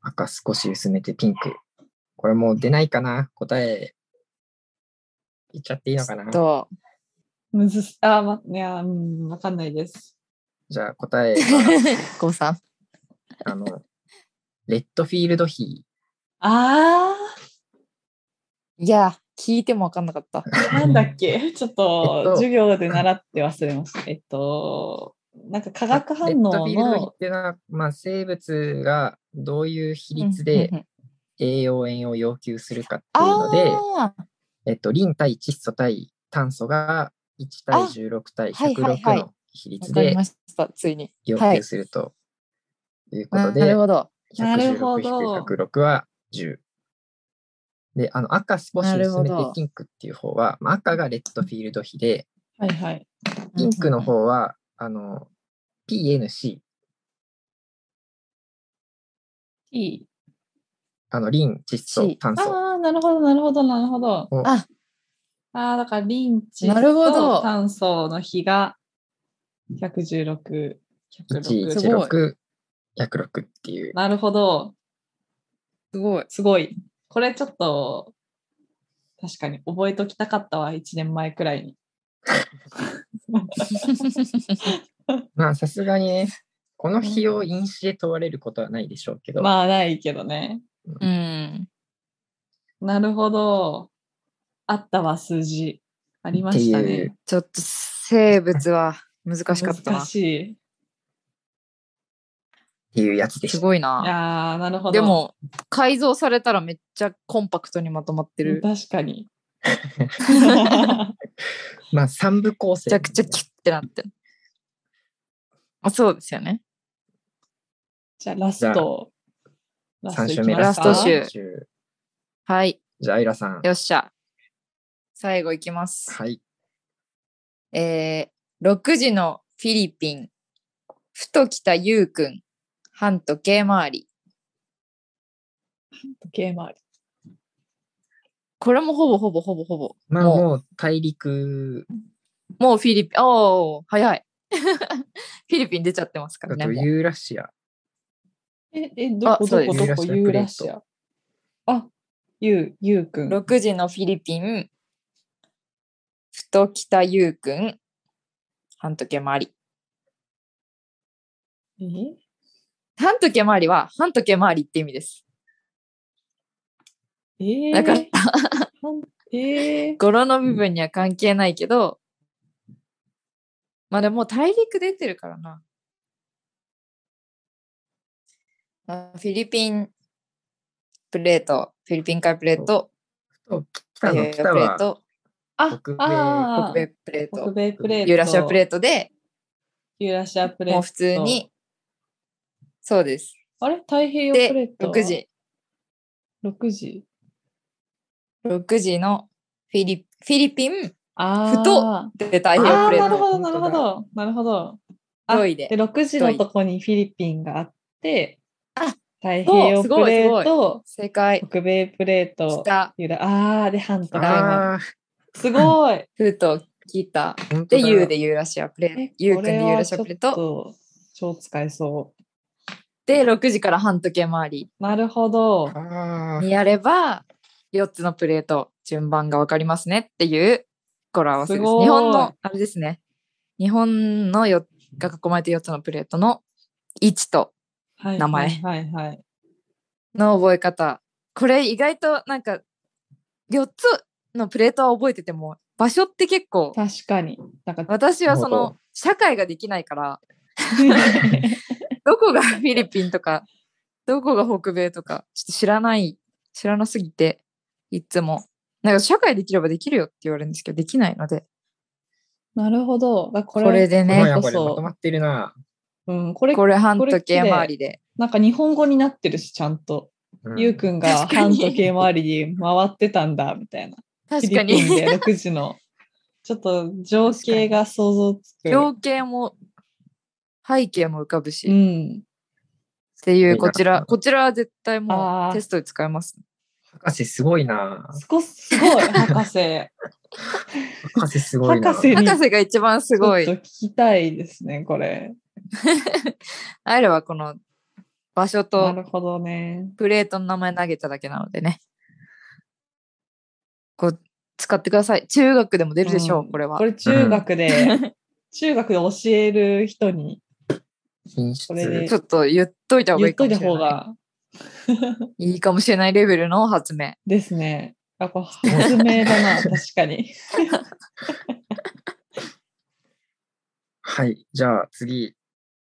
Speaker 2: 赤少し薄めてピンク。これもう出ないかな答え。言っちゃっていいのかな
Speaker 3: と、
Speaker 1: むずす、あ、ま、いや、うん、わかんないです。
Speaker 2: じゃあ答え は、
Speaker 3: こうさん。
Speaker 2: あの、レッドフィールド比。
Speaker 1: あ
Speaker 3: いや、聞いてもわかんなかった。
Speaker 1: ー、なんだっ けちょっ
Speaker 2: えっと
Speaker 1: と、授業で習って忘れました。えっと、なんか化学反応
Speaker 2: レッドフィールド比
Speaker 1: の
Speaker 2: っ、ていうのは、まあ、生物がどういう比率で
Speaker 3: うんうんうん
Speaker 2: 栄養塩を要求するかっていうので、
Speaker 3: ああ、
Speaker 2: えっと、リン対窒素対炭素が1対16対
Speaker 3: はいはいは
Speaker 2: 106
Speaker 3: い
Speaker 2: の比率
Speaker 3: わかり
Speaker 2: で
Speaker 3: ました。ついに。
Speaker 2: 要
Speaker 3: はい
Speaker 2: 求するというこ
Speaker 3: な
Speaker 2: とで、
Speaker 3: るほど。
Speaker 1: なるほど
Speaker 2: 116-106は10。で、あの赤少し
Speaker 3: なる
Speaker 2: 薄
Speaker 3: ほ
Speaker 2: めて
Speaker 3: ど
Speaker 2: ピンクっていう方は、まあ、赤がレッドフィールド比で、
Speaker 1: はいはい。
Speaker 2: ピンクの方は、あの、PNC、
Speaker 1: T。
Speaker 2: あの、リン、窒素、
Speaker 3: C
Speaker 2: 炭素
Speaker 1: ああ、なるほど、なるほど、なるほど。
Speaker 2: を
Speaker 3: あ
Speaker 1: ああ、だからリンチ
Speaker 3: なるほど
Speaker 1: と炭素の比が116、106。
Speaker 3: すごい
Speaker 2: 116、106っていう。
Speaker 1: なるほど。
Speaker 3: すごい。
Speaker 1: すごい。これちょっと、確かに覚えときたかったわ、1年前くらいに。
Speaker 2: まあ、さすがにね、この比を因子で問われることはないでしょうけど、
Speaker 1: まあ、ないけどね。
Speaker 3: うん。
Speaker 1: なるほど。あったわ、数字。ありました
Speaker 2: ってい
Speaker 1: ね
Speaker 2: う。
Speaker 3: ちょっと生物は難しかったな
Speaker 1: 難。しい。い
Speaker 2: っていうやつでし
Speaker 3: す
Speaker 2: た。
Speaker 3: ごいな。
Speaker 1: やーなるほど。
Speaker 3: でも、改造されたらめっちゃコンパクトにまとまってる。め
Speaker 1: 確かに。
Speaker 2: まあ、三部構成。
Speaker 3: ちゃくちゃキュッてなってる。あそうですよね。
Speaker 1: じゃあ、ラスト。ラ
Speaker 2: 3
Speaker 1: い
Speaker 2: 週
Speaker 1: き
Speaker 2: 目
Speaker 1: ま
Speaker 2: ラ
Speaker 1: す
Speaker 2: ス
Speaker 1: か
Speaker 2: ト
Speaker 3: ラスト週
Speaker 2: 週。
Speaker 3: はい。
Speaker 2: じゃあ、アイラさん。
Speaker 3: よっしゃ。最後いきます。
Speaker 2: はい。
Speaker 3: えー、6時のフィリピン。ふと来たゆうくん。反時計回り。
Speaker 1: 時計回り。
Speaker 3: これもほぼほぼほぼほぼ。
Speaker 2: まあ、
Speaker 3: もう
Speaker 2: もう大陸
Speaker 3: もうフィリピン、おー、早い。 フィリピン出ちゃってますか
Speaker 2: だ
Speaker 3: らね。
Speaker 2: と
Speaker 3: もう
Speaker 2: ユーラシア。
Speaker 1: え、え、どこ
Speaker 3: そう
Speaker 1: ど
Speaker 3: で
Speaker 1: こど
Speaker 3: す
Speaker 1: こユ
Speaker 2: ユ
Speaker 1: ー
Speaker 2: ー
Speaker 1: ラ
Speaker 2: ラ
Speaker 1: シ
Speaker 2: シ
Speaker 1: ア。あ、ゆう、ゆうくん。
Speaker 3: 6時のフィリピン、ふと北優くん、半時計回り。
Speaker 1: え
Speaker 3: 半時計回りは半時計回りって意味です。
Speaker 1: えー、
Speaker 3: だから、
Speaker 1: えー、
Speaker 3: 語呂の部分には関係ないけど、まあでも大陸出てるからな。あフィリピンプレート、フィリピン海プレート、
Speaker 2: そう
Speaker 3: え
Speaker 2: 北の
Speaker 3: ー
Speaker 2: 北
Speaker 3: プレー
Speaker 2: は
Speaker 3: ト、
Speaker 1: あ、
Speaker 2: 北米
Speaker 1: あ
Speaker 3: 北
Speaker 1: ー
Speaker 3: 米プレー
Speaker 1: 北
Speaker 3: ト、
Speaker 1: 米プレート。
Speaker 3: ユーラシアプレートで、
Speaker 1: ユーラシアプレート。
Speaker 3: もう普通に。。そうです。
Speaker 1: あれ太平洋プレ
Speaker 3: で
Speaker 1: ー、ト。
Speaker 3: 6。時、
Speaker 1: 6時。
Speaker 3: 6時のフィリフィリピン
Speaker 1: あー
Speaker 3: ふとで太平洋
Speaker 1: あ
Speaker 3: プ
Speaker 1: ー、
Speaker 3: レ
Speaker 1: な
Speaker 3: ー
Speaker 1: る
Speaker 3: ト。
Speaker 1: ほど、な
Speaker 2: 本
Speaker 1: る
Speaker 2: 当
Speaker 1: ほ
Speaker 2: だ
Speaker 1: ど。なるほど。あ
Speaker 3: トイレ
Speaker 1: で、6時のとこにフィリピンがあって、
Speaker 3: あ
Speaker 1: 太平洋
Speaker 3: そう
Speaker 1: プ
Speaker 3: すごい
Speaker 1: レート、
Speaker 3: 正解。
Speaker 1: 北米プレート、
Speaker 3: 北、
Speaker 1: ユーラあー、で、半とか今。
Speaker 2: ああ、
Speaker 1: すごい。
Speaker 3: フーと北。
Speaker 2: 本当
Speaker 3: で、
Speaker 2: だ
Speaker 3: ユーでユーラシアプレート。ユーくんでユーラシアプレート。
Speaker 1: ト。超使えそ
Speaker 3: で、6時から半時計回り
Speaker 1: う。なるほど。
Speaker 2: あ
Speaker 3: にやれば、4つのプレート、順番がわかりますねっていう語呂合わせで
Speaker 1: す
Speaker 3: す。
Speaker 1: ごい
Speaker 3: 日本の、あれですね。日本のよが囲まれて4つのプレートの1と
Speaker 1: はい
Speaker 3: 名前
Speaker 1: はいはいはい。
Speaker 3: の覚え方。これ意外となんか4つのプレートは覚えてても場所って結構、
Speaker 1: 確かに。なんか、
Speaker 3: 私はそ
Speaker 2: なるほ
Speaker 3: の、社会ができないから、どこが フィリピンとか、どこが北米とか、ちょっと知らない、知らなすぎて、いつも。なんか社会できればできるよって言われるんですけど、できないので。
Speaker 1: なるほど。あこ
Speaker 3: これで
Speaker 2: も
Speaker 3: ね、
Speaker 2: やこ
Speaker 1: こ
Speaker 2: れ
Speaker 1: そ
Speaker 2: まとまってるな。
Speaker 1: うん、これ、
Speaker 3: これ半
Speaker 1: これ
Speaker 3: 時計
Speaker 1: 綺麗
Speaker 3: 回りで。
Speaker 1: なんか日本語になってるし、ちゃんと。
Speaker 2: うん
Speaker 1: ゆうくんが
Speaker 3: 確かに
Speaker 1: 半時計回りに回ってたんだ、みたいな。
Speaker 3: 確
Speaker 1: フ
Speaker 3: か
Speaker 1: ィリピ
Speaker 3: に。
Speaker 1: ンで6時の。ちょっと情景が想像つく。
Speaker 3: 情景も、背景も浮かぶし、
Speaker 1: う
Speaker 3: っ
Speaker 1: ん。
Speaker 3: て
Speaker 2: い
Speaker 3: い、
Speaker 2: いうな
Speaker 3: こちら、こちらは絶対も
Speaker 1: あ
Speaker 3: う
Speaker 1: ー
Speaker 3: テストで使えます。
Speaker 2: 博士すごいな。
Speaker 1: すごすごい、博士。
Speaker 2: 博士すごいな。
Speaker 1: 博士に
Speaker 3: 博士が一番すごい
Speaker 1: ちょ。っと聞きたいですね、これ。
Speaker 3: あれはこの場所
Speaker 1: な
Speaker 3: と
Speaker 1: るほどね。
Speaker 3: プレートの名前投げただけなのでね。こう使ってください。中学でも出るでしょう、
Speaker 1: ん
Speaker 3: これは
Speaker 1: こ。れ中学で、中学で教える人に
Speaker 2: 品質
Speaker 1: これで
Speaker 3: ちょっと言っといた方が
Speaker 1: 言
Speaker 3: い
Speaker 1: っ
Speaker 3: いか
Speaker 1: といた
Speaker 3: もしれ
Speaker 1: 方
Speaker 3: ない。
Speaker 1: が
Speaker 3: いいかもしれないレベルの発明。
Speaker 1: ですね。やっぱ発明だ な、確かに。
Speaker 2: はい。じゃあ次、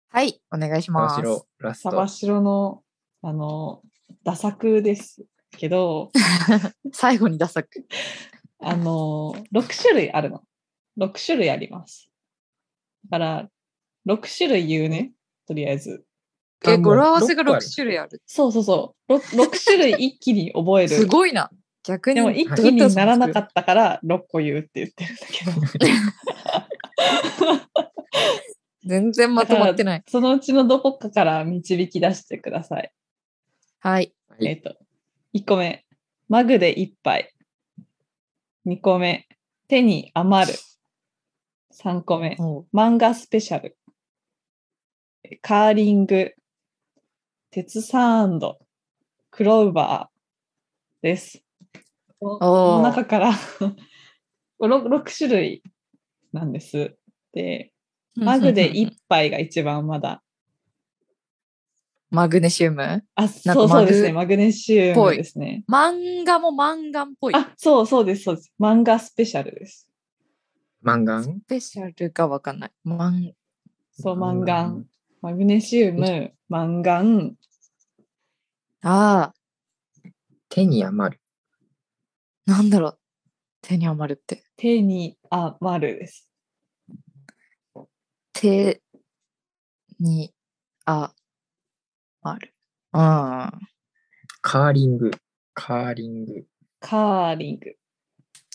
Speaker 3: はい、お願いしま
Speaker 2: 玉
Speaker 3: す。
Speaker 2: 城ラス
Speaker 1: サ
Speaker 2: ト
Speaker 1: バ。シロの、あの、打作ですけ ど、
Speaker 3: 最後にダサく。
Speaker 1: あの、6種類あるの。6種類あります。だから、6種類言うね、とりあえず。
Speaker 3: え、語呂合わせが
Speaker 2: 六個あ
Speaker 3: 6
Speaker 2: る
Speaker 3: 種類ある。
Speaker 1: そうそうそう。6, 種類一気に覚える。
Speaker 3: すごいな。逆に。
Speaker 1: でも一気にならなかった から6個言うって言ってるんだけど。
Speaker 3: 全然まとまってない。
Speaker 1: そのうちのどこかから導き出してください。
Speaker 3: はい。
Speaker 2: はい
Speaker 1: えっ、と、1個目、マグで1杯。2個目、手に余る。3個目、
Speaker 3: お
Speaker 1: 漫画スペシャル。えカーリング、鉄サンド、クローバーです。この中から 6, 種類なんです。で、マグで1杯が一番まだ
Speaker 3: マグネシウム
Speaker 1: あ、
Speaker 3: なんか
Speaker 1: そうそうです
Speaker 3: マ
Speaker 1: ね。
Speaker 3: グ
Speaker 1: マグネシウムですね。
Speaker 3: 漫画も漫画っぽい。
Speaker 1: あ、そうそうです、そうです。漫画スペシャルです。
Speaker 2: マンガ
Speaker 3: ス
Speaker 2: ン
Speaker 3: ペシャルがわかんない。マン
Speaker 1: そう、
Speaker 2: マ
Speaker 1: マ
Speaker 2: ン
Speaker 1: ン
Speaker 2: ガ
Speaker 1: ガ
Speaker 2: ン
Speaker 1: ン。マグネシウム、マンガン、
Speaker 3: ああ、
Speaker 2: 手に余る。
Speaker 3: なんだろう。手に余るって。
Speaker 1: 手に余るです。
Speaker 3: 手にあまる。うん。
Speaker 2: カーリング。カーリング。
Speaker 1: カーリング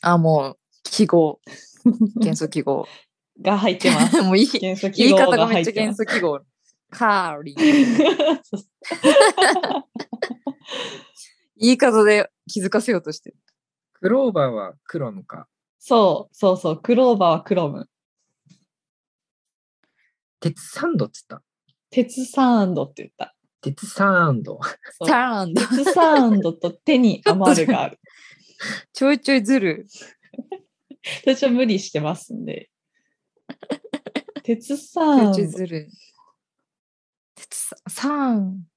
Speaker 3: あ、もう、記号。 元素記号。
Speaker 1: が入ってます。
Speaker 3: もういい。
Speaker 1: 元素
Speaker 3: 言
Speaker 1: 記
Speaker 3: い
Speaker 1: 号
Speaker 3: 方が
Speaker 1: が
Speaker 3: め
Speaker 1: 入
Speaker 3: っ
Speaker 1: っ
Speaker 3: ちゃ
Speaker 1: てま
Speaker 3: 元
Speaker 1: す。
Speaker 3: 素記号。カーリン。
Speaker 1: そう
Speaker 3: 言い方で気づかせようとしてる。
Speaker 2: クローバーは黒のか。
Speaker 1: そうそうそう、クローバーはクロム。
Speaker 2: 鉄サンドっつった。
Speaker 1: 鉄サンドって言った。
Speaker 2: 鉄サンド。
Speaker 1: そう
Speaker 3: ターンだ。
Speaker 1: 鉄サンドと手に余るが ある。
Speaker 3: ちょいちょいずる。
Speaker 1: 私は無理してますんで。鉄
Speaker 3: ち
Speaker 1: サ
Speaker 3: ょ
Speaker 1: ン
Speaker 3: い
Speaker 1: ド
Speaker 3: ちょい。ずる。鉄さ、サーン。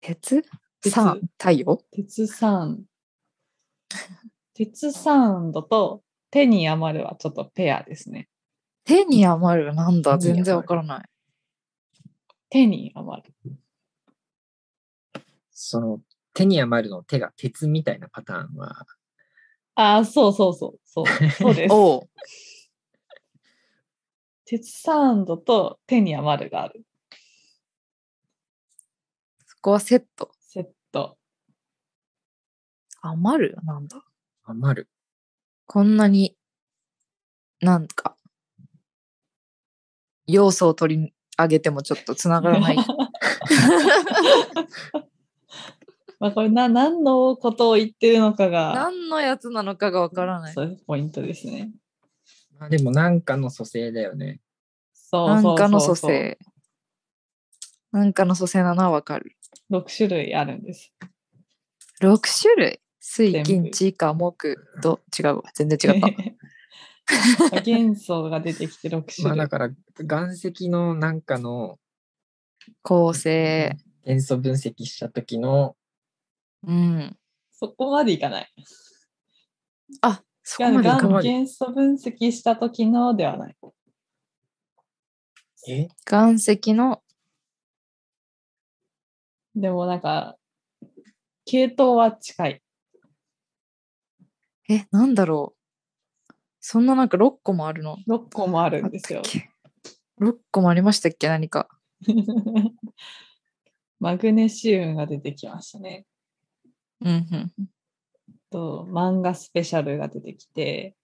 Speaker 3: 鉄
Speaker 1: 鉄
Speaker 3: サーン。太陽
Speaker 1: 鉄サン。鉄サンドと手に余るはちょっとペアですね。
Speaker 3: 手に余るなんだ
Speaker 2: 手に余る
Speaker 3: 全然わからない。
Speaker 1: 手に余る。
Speaker 2: その手に余るの手が鉄みたいなパターンは
Speaker 1: ああ、そうそうそう。そうそうです。
Speaker 3: おう
Speaker 1: 鉄サンドと手に余るがある。
Speaker 3: そこはセット。
Speaker 1: セット。
Speaker 3: 余るなんだ。
Speaker 2: 余る。
Speaker 3: こんなに、なんか、要素を取り上げてもちょっとつながら ない。
Speaker 1: まあこれな何のことを言ってるのかが、
Speaker 3: 何のやつなのかがわからない。
Speaker 1: そういうポイントですね。
Speaker 2: まあ、でもなんかの蘇生だよね。
Speaker 1: そ
Speaker 3: な
Speaker 1: うそ
Speaker 3: ん
Speaker 1: うそうそう。
Speaker 3: かの蘇。生。なんかの蘇生なのはわかる。
Speaker 1: 6種類あるんです。
Speaker 3: 6種類。水、
Speaker 1: 全部
Speaker 3: 金、地、火、木、と違うわ。全然違 った。
Speaker 1: 元素が出てきて6種類。
Speaker 2: まあだから岩石のなんかの
Speaker 3: 構成。
Speaker 2: 元素分析した時の
Speaker 3: うん。
Speaker 1: そこまでいかない。
Speaker 3: あ、そ
Speaker 1: いや
Speaker 3: こまでい
Speaker 1: 元
Speaker 3: かない。
Speaker 1: 元素分析した時のではない。
Speaker 2: え
Speaker 3: 岩石の、
Speaker 1: でもなんか、系統は近い。
Speaker 3: え、なんだろう。そんななんか6個もあるの。
Speaker 1: 6個もあるん
Speaker 3: あっ
Speaker 1: です
Speaker 3: たっ
Speaker 1: よ。
Speaker 3: け ?6 個もありましたっけ何か。
Speaker 1: マグネシウムが出てきましたね。
Speaker 3: うんうん。
Speaker 1: と、漫画スペシャルが出てきて、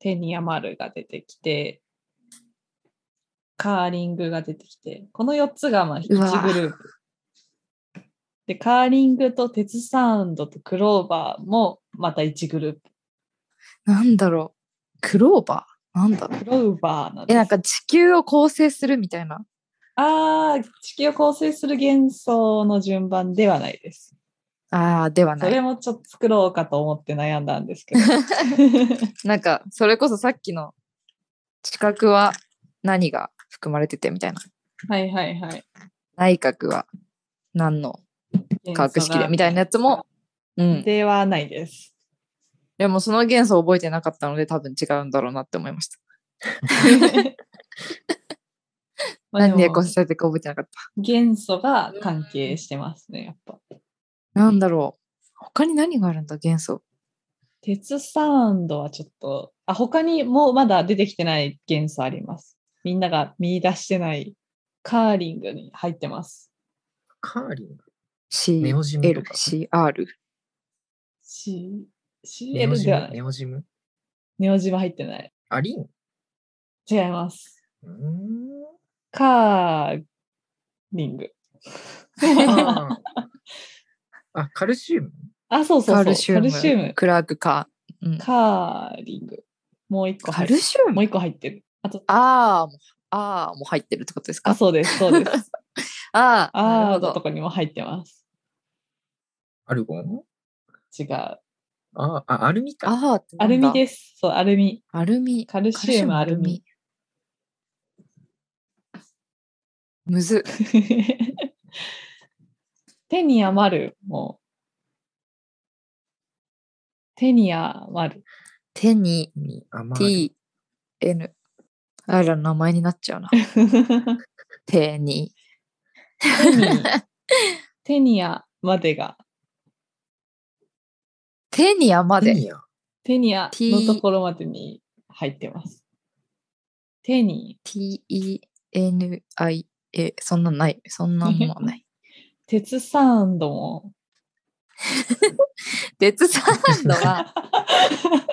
Speaker 1: テニアマルが出てきて、カーリングが出てきて、この4つがまあ
Speaker 3: うわ
Speaker 1: 1グループ。で、カーリングと鉄サウンドとクローバーもまた1グループ。
Speaker 3: なんだろう。クローバーなんだろう。
Speaker 1: クローバーなんです
Speaker 3: え、なんか地球を構成するみたいな。
Speaker 1: ああ、地球を構成する元素の順番ではないです。
Speaker 3: ああ、では
Speaker 1: そ
Speaker 3: な
Speaker 1: れ
Speaker 3: い。
Speaker 1: もちょっと作ろうかと思って悩んだんです けど。
Speaker 3: なんか、それこそさっきの、知覚は何が含まれててみたいな。
Speaker 1: はいはいはい。
Speaker 3: 内閣は何の化学式でみたいなやつも、うん。
Speaker 1: ではない です。
Speaker 3: でもその元素を覚えてなかったので多分違うんだろうなって思いました。
Speaker 1: まあ
Speaker 3: なんで
Speaker 1: も
Speaker 3: こうされてか覚えてなかっ
Speaker 1: 元素が関係してますね、やっぱ。
Speaker 3: た。なんだろう。他に何があるんだ元素。
Speaker 1: 鉄サウンドはちょっと、あ、他にもまだ出てきてない元素あります。みんなが見出してないカーリングに入ってます。
Speaker 2: カーリング
Speaker 3: C、
Speaker 2: ネオジム
Speaker 3: L
Speaker 2: と、か
Speaker 3: C、R。
Speaker 1: C、
Speaker 2: ネオ
Speaker 1: CL
Speaker 2: ジ
Speaker 1: では
Speaker 2: ム
Speaker 1: ない
Speaker 2: ネ。オジム
Speaker 1: ネオジム入ってない。
Speaker 2: あリン
Speaker 1: 違います。
Speaker 2: うーん
Speaker 1: カーリング。
Speaker 2: あーあ、カルシウム
Speaker 1: あ、そうそうそう。
Speaker 3: カルシウム。
Speaker 1: カルシウム。
Speaker 3: クラークカー。うん、
Speaker 1: カーリング。もう一個
Speaker 3: カ
Speaker 1: 入っ
Speaker 3: ル
Speaker 1: て
Speaker 3: シウ
Speaker 1: もう
Speaker 3: ム
Speaker 1: 一個入ってる。あと、
Speaker 3: あーも、あーも入ってるってことです
Speaker 1: あ、
Speaker 3: か
Speaker 1: そうです、そう です。
Speaker 3: ああ、なる
Speaker 1: あ
Speaker 3: ほ
Speaker 1: ーのと
Speaker 3: ど。
Speaker 1: こにも入ってます。
Speaker 2: アルゴン
Speaker 1: 違う。
Speaker 2: あーあ、アルミか。
Speaker 3: あーってな
Speaker 1: ア
Speaker 3: んだ
Speaker 1: ルミです。そう、アルミ。
Speaker 3: アルミ。
Speaker 1: カルシウム、アルミ。。
Speaker 3: むず。
Speaker 1: 手に余る、もう。手に 余る。
Speaker 3: 手に
Speaker 2: に甘い。
Speaker 3: T、N。あら、名前になっちゃ うな。
Speaker 1: 手に、
Speaker 3: 手に。
Speaker 1: 手にやまでが、
Speaker 3: 手に山
Speaker 2: テ
Speaker 3: で。
Speaker 2: ニア。
Speaker 1: 手にや
Speaker 3: T
Speaker 1: のところまでに入ってます。手に、
Speaker 3: T-E-N-I。え、そんなんない。そんなんもない。
Speaker 1: 鉄サウンドも、
Speaker 3: 鉄サンド は、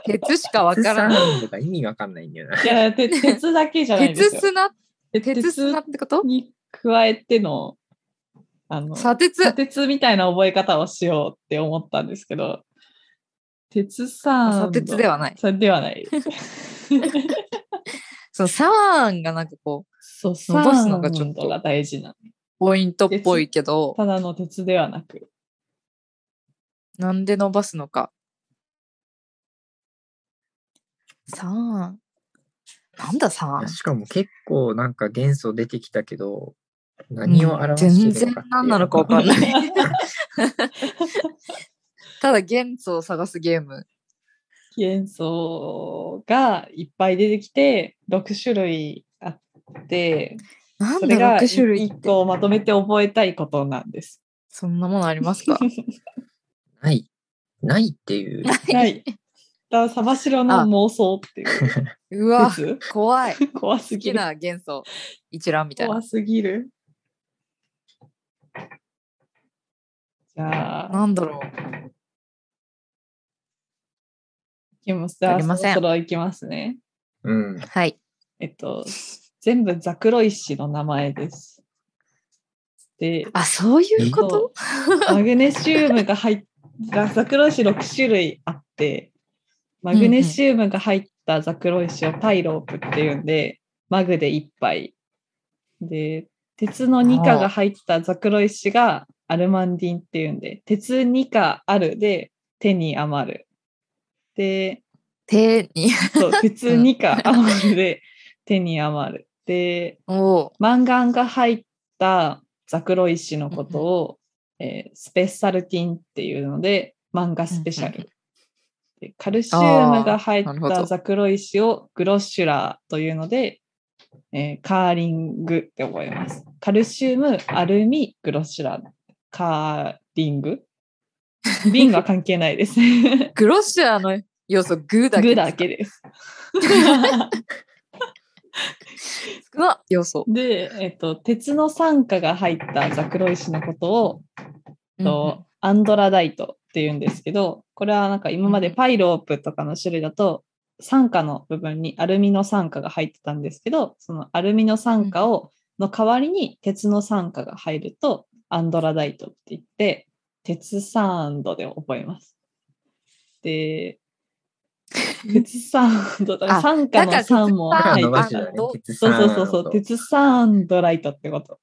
Speaker 3: 鉄しかわ
Speaker 2: 鉄
Speaker 3: から
Speaker 2: サ
Speaker 3: ない。
Speaker 2: ウンドが意味わかんないんだよな。
Speaker 1: いや、て鉄だけじゃないんで
Speaker 3: 鉄
Speaker 1: すよ。
Speaker 3: 砂
Speaker 1: 鉄
Speaker 3: 鉄砂ってこ と
Speaker 1: に加えての、あの、
Speaker 3: 砂鉄。
Speaker 1: 砂鉄みたいな覚え方をしようって思ったんですけど、鉄サウンド。
Speaker 3: 砂鉄ではない
Speaker 1: それでは ない。
Speaker 3: そのサワーンがなんかこう、
Speaker 1: そう、サ
Speaker 3: 伸ばす
Speaker 1: ウ
Speaker 3: のがちょ
Speaker 1: ン
Speaker 3: っと
Speaker 1: ドが大事な。
Speaker 3: ポイントっぽいけど、
Speaker 1: ただの鉄ではなく。
Speaker 3: なんで伸ばすのか。さあ、なんださ
Speaker 2: い
Speaker 3: あ
Speaker 2: や。しかも結構なんか元素出てきたけど、何を表
Speaker 3: 全
Speaker 2: してるの
Speaker 3: 然
Speaker 2: かっていう
Speaker 3: 何なのかわかんない。ただ元素を探すゲーム。
Speaker 1: 元素がいっぱい出てきて、6種類あって、
Speaker 3: な
Speaker 1: そ
Speaker 3: ん
Speaker 1: れ
Speaker 3: で
Speaker 1: が
Speaker 3: 6種類っ
Speaker 1: 1
Speaker 3: て。
Speaker 1: 個をまとめて覚えたいことなんです。
Speaker 3: そんなものありま すか
Speaker 2: ない。ないっていう。
Speaker 1: はい。だサバシロの妄想っていう
Speaker 3: うわ、
Speaker 1: 説
Speaker 3: 怖い。好
Speaker 1: 怖すぎ
Speaker 3: き
Speaker 1: る。
Speaker 3: な元素一覧みたいな
Speaker 1: 怖。すぎる。じゃあ、
Speaker 3: なんだろ
Speaker 1: 行きます。じゃ
Speaker 3: わ
Speaker 1: あ、
Speaker 3: かり
Speaker 1: そろ
Speaker 3: ません
Speaker 1: そろ行きますね。
Speaker 2: うん
Speaker 3: う。。はい。
Speaker 1: えっと、全部ザクロ石の名前です。で、
Speaker 3: あ、そういうこと
Speaker 1: そうマグネシウムが入っザクロ石6種類あって、マグネシウムが入ったザクロ石をパイロープっていうんで、マグで1杯。で、鉄の2価が入ったザクロ石がアルマンディンっていうんで、鉄2価あるで手に余る。で、
Speaker 3: 手に。
Speaker 1: そう、鉄2価余るで手に余る。で、
Speaker 3: おう
Speaker 1: マンガンが入ったザクロ石のことを、えースペッサルティンっていうので、漫画スペシャル。でカルシウムが入っ
Speaker 3: あーなるほ
Speaker 1: た
Speaker 3: ど
Speaker 1: ザクロ石をグロッシュラーというので、えーカーリングって覚えます。カルシウム、アルミ、グロッシュラー、カーリング。リングは関係ない です。グ
Speaker 3: グロッシャーの要素、グーだけです。
Speaker 1: だけ です。
Speaker 3: 少な要素。
Speaker 1: で、えっと、鉄の酸化が入ったザクロ石のことをと、アンドラダイトって言うんですけど、これはなんか今までパイロープとかの種類だと、酸化の部分にアルミの酸化が入ってたんですけど、そのアルミの酸化を、の代わりに鉄の酸化が入ると、アンドラダイトって言って、鉄サンドで覚えます。で、鉄サンド、だから
Speaker 3: あ
Speaker 1: 酸化の酸も
Speaker 3: だから
Speaker 1: 入って
Speaker 2: 伸
Speaker 3: 鉄酸
Speaker 2: ば
Speaker 1: た
Speaker 2: しだね
Speaker 3: あ。
Speaker 2: 鉄
Speaker 1: そう
Speaker 2: 酸
Speaker 1: そうそうそう、鉄サンドライトってこと。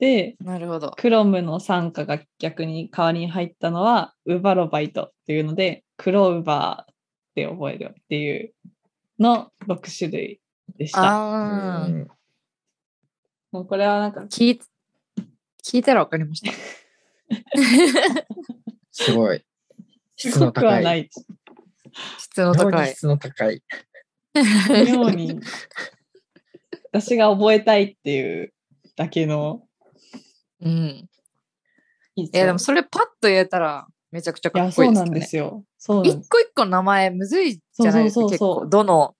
Speaker 1: で、
Speaker 3: うんうんなるほど。
Speaker 1: クロムの酸化が逆に代わりに入ったのはウバロバイトっていうのでクロウバーって覚えるっていうの6種類でした。
Speaker 3: ああ、
Speaker 2: うん
Speaker 1: もうこれはなんか
Speaker 3: 聞い聞いたらわかり ました。
Speaker 2: すごい。質
Speaker 1: す
Speaker 2: の
Speaker 1: ごく
Speaker 2: 高。
Speaker 1: はいない。
Speaker 3: 質の
Speaker 2: 妙
Speaker 3: 高
Speaker 2: に
Speaker 3: い。
Speaker 2: 質の高い。
Speaker 1: 妙に私が覚えたいっていうだけの。
Speaker 3: うん。
Speaker 1: い
Speaker 3: いや、でもそれパッと言えたらめちゃくちゃ
Speaker 1: い
Speaker 3: か
Speaker 1: や
Speaker 3: っこ
Speaker 1: そ
Speaker 3: いいうで
Speaker 1: な
Speaker 3: す
Speaker 1: ん
Speaker 3: よ
Speaker 1: で
Speaker 3: ね。
Speaker 1: すよ。そうなん
Speaker 3: 一個一個名前むずいじゃないです
Speaker 1: そ
Speaker 3: か、
Speaker 1: うそ
Speaker 3: 結
Speaker 1: うそうそう
Speaker 3: 構。どの、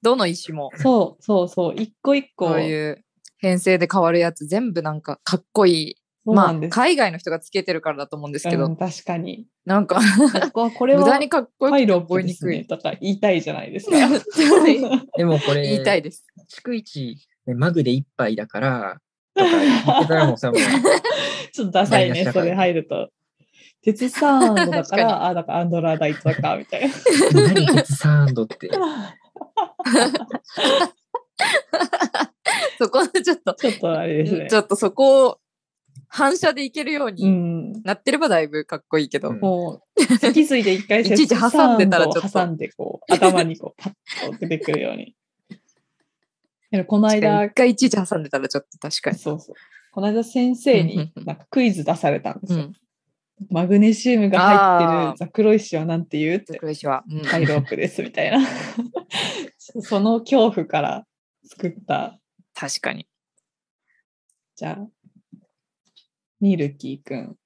Speaker 3: どの石も。
Speaker 1: そうそうそう。一個一個。
Speaker 3: こういう編成で変わるやつ、全部なんかかっこいい。
Speaker 1: そう
Speaker 3: ま
Speaker 1: な
Speaker 3: あ
Speaker 1: ん、です。
Speaker 3: 海外の人がつけてるからだと思うんですけど、
Speaker 1: うん、確か に。
Speaker 3: なんか、
Speaker 1: ここはこれ
Speaker 3: 無
Speaker 1: は
Speaker 3: 駄にかっこ
Speaker 1: パイ
Speaker 3: よ
Speaker 1: ロ
Speaker 3: く
Speaker 1: ッ
Speaker 3: て覚
Speaker 1: ト
Speaker 3: え
Speaker 1: で
Speaker 3: に
Speaker 1: す
Speaker 3: くい。
Speaker 1: ねとか言いたいじゃないです か。
Speaker 2: でもこれ、
Speaker 3: 言いたいです。
Speaker 2: 逐一、ねマグで一杯だから、とか言ってたらもうさ、もう、
Speaker 1: ちょっとダサい
Speaker 2: 台無し
Speaker 1: ね、
Speaker 2: だ
Speaker 1: そ
Speaker 2: から
Speaker 1: れ入ると。鉄サンドだか、
Speaker 3: 確から
Speaker 1: あ、だからアンドラーダイトだか、みたいな。
Speaker 2: 何鉄サンドって。
Speaker 3: そこはちょっと、
Speaker 1: ちょっとあれですね
Speaker 3: ち。ょっとそこを反射でいけるよう
Speaker 1: う
Speaker 3: に
Speaker 1: ん。
Speaker 3: なってればだいぶかっこいいけど、
Speaker 2: うん
Speaker 1: もう、脊髄で一回
Speaker 3: いちいち挟んでたらちょっと
Speaker 1: 鉄サンドを挟んで、こう、頭にこう、パッと出てくるように。でもこの
Speaker 3: 確かに
Speaker 1: 間
Speaker 3: 一、回いちいち挟んでたらちょっと確かに。
Speaker 1: そうそう。この間先生
Speaker 3: うんうん
Speaker 1: に
Speaker 3: うん
Speaker 1: なんかクイズ出されたんです
Speaker 3: う
Speaker 1: よ。
Speaker 3: ん、
Speaker 1: マグネシウムが入って
Speaker 3: あ
Speaker 1: る
Speaker 3: ー
Speaker 1: ザクロ石はなんて言うって
Speaker 3: 黒石は。うん
Speaker 1: パイロープですみたいな。 そ の恐怖から作った。
Speaker 3: 確 かに。
Speaker 1: じゃあ、ミルキーくん、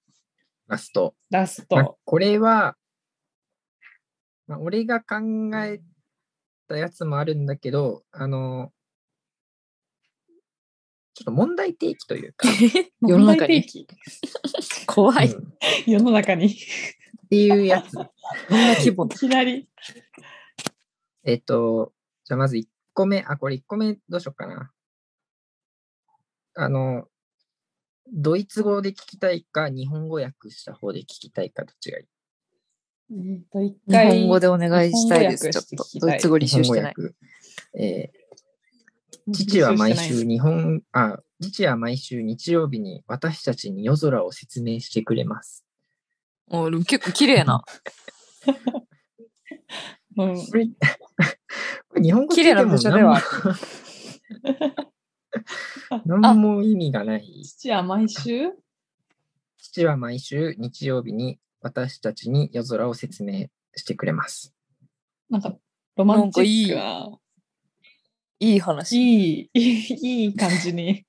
Speaker 2: ラスト。
Speaker 1: ラス
Speaker 2: まあ
Speaker 1: ト。
Speaker 2: これは、まあ、俺が考えたやつもあるんだけど、あの、ちょっと問題提起というか、
Speaker 3: 世の
Speaker 1: 問題
Speaker 3: 中
Speaker 1: 提
Speaker 3: に
Speaker 1: 起
Speaker 3: 怖い。
Speaker 2: う
Speaker 3: こ
Speaker 2: んっ
Speaker 1: 世の中に。い
Speaker 2: ていうやつ。
Speaker 3: んな規模
Speaker 1: きなり。
Speaker 2: えっと、じゃあまず1個目、あ、これ1個目どうしようかな。あの、ドイツ語で聞きたいか、日本語訳した方で聞きたいか、どっちがいい
Speaker 1: うんと一
Speaker 3: 日
Speaker 1: 回
Speaker 3: 本語でお願いしたいで
Speaker 1: 日
Speaker 3: す。
Speaker 1: 本
Speaker 3: ち
Speaker 1: 語
Speaker 3: ょ
Speaker 1: 訳して聞き。た
Speaker 3: っとド
Speaker 1: い
Speaker 3: イツ語履
Speaker 2: 日本
Speaker 3: 修し
Speaker 2: 語
Speaker 3: てない。
Speaker 2: 訳。えー父は毎
Speaker 1: してない
Speaker 2: 週日本、あ、父は毎週日曜日に私たちに夜空を説明してくれます。
Speaker 3: おでも結構綺麗な。
Speaker 1: うん
Speaker 2: これこれ日本語
Speaker 3: 綺麗な文章ではある。
Speaker 2: 何も 何も意味がない。
Speaker 1: 父は毎週
Speaker 2: 父は毎週日曜日に私たちに夜空を説明してくれます。
Speaker 1: なんかロマンチックな。
Speaker 3: いい話。
Speaker 1: いい、いい感じ に。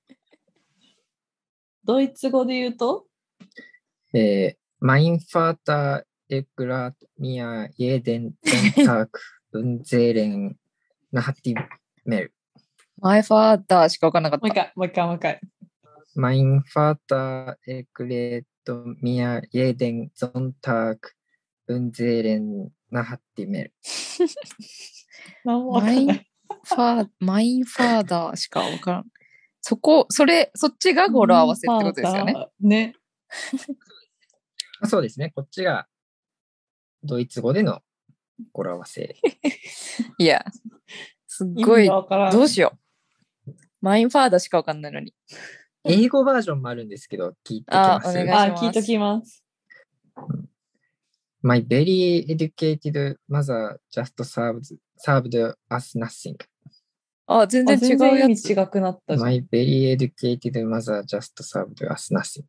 Speaker 1: ドイツ語で言うと、
Speaker 2: えー、mein Vater erklärt mir jeden Tag unseren Nachthimmel.
Speaker 3: マイファーダーしかわかんなかっ
Speaker 1: もう一
Speaker 3: た。
Speaker 1: 回、もう一回、もう一回。
Speaker 2: Mein Vater erklärt mir jeden Sonntag unseren Nachthimmel.
Speaker 1: 何もわか
Speaker 3: マ
Speaker 1: ん
Speaker 3: イ
Speaker 1: な
Speaker 3: ン
Speaker 1: い。
Speaker 3: ファー、マインファーダーしかわからん。そこ、それ、そっちが語呂合わせってことですよね。
Speaker 1: ね。
Speaker 2: あそうですね、こっちがドイツ語での語呂合わせ。
Speaker 3: いや、すっ
Speaker 1: 意
Speaker 3: ご
Speaker 1: 味
Speaker 3: い
Speaker 1: が、わからん。
Speaker 3: どうしよう。マインファーダーしかわかんないのに。
Speaker 2: 英語バージョンもあるんですけど、聞いてきます。
Speaker 3: あお願いします
Speaker 1: あ、聞いときます。
Speaker 2: My very educated mother just served, served us nothing.
Speaker 3: あ、全
Speaker 1: あ
Speaker 3: 然違
Speaker 1: 全
Speaker 3: う
Speaker 1: 然
Speaker 3: や
Speaker 1: 意
Speaker 3: つ。
Speaker 1: 味違くなったじゃん。
Speaker 2: My very educated mother just served us nothing.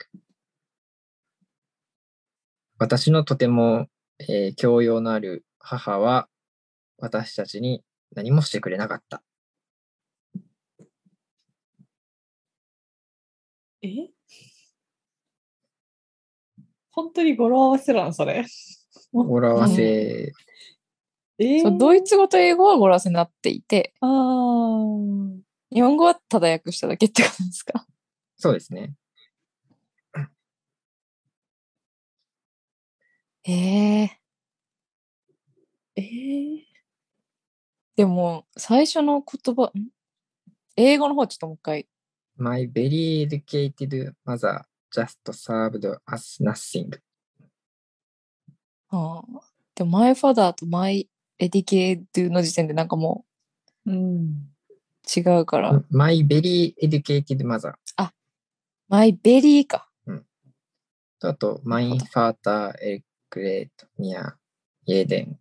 Speaker 2: 私のとても、えー教養のある母は私たちに何もしてくれなかった。
Speaker 1: え本当に語呂合わせなのそれ。
Speaker 2: 語呂合わせ、
Speaker 1: えー、
Speaker 3: そうドイツ語と英語は語呂合わせになっていて、
Speaker 1: あー
Speaker 3: 日本語はただ訳しただけってことですか。
Speaker 2: そうですね。
Speaker 3: ええ
Speaker 1: えー、
Speaker 3: でも、最初の言葉、ん英語の方ちょっともう一回。
Speaker 2: My very educated mother just served us nothing.
Speaker 3: ああでも、my father と my educated の時点でなんかも
Speaker 1: うん。
Speaker 3: う違うから、
Speaker 2: My very educated mother
Speaker 3: my very か。
Speaker 2: とあと、My
Speaker 3: るほど
Speaker 2: father e g r e t mir jeden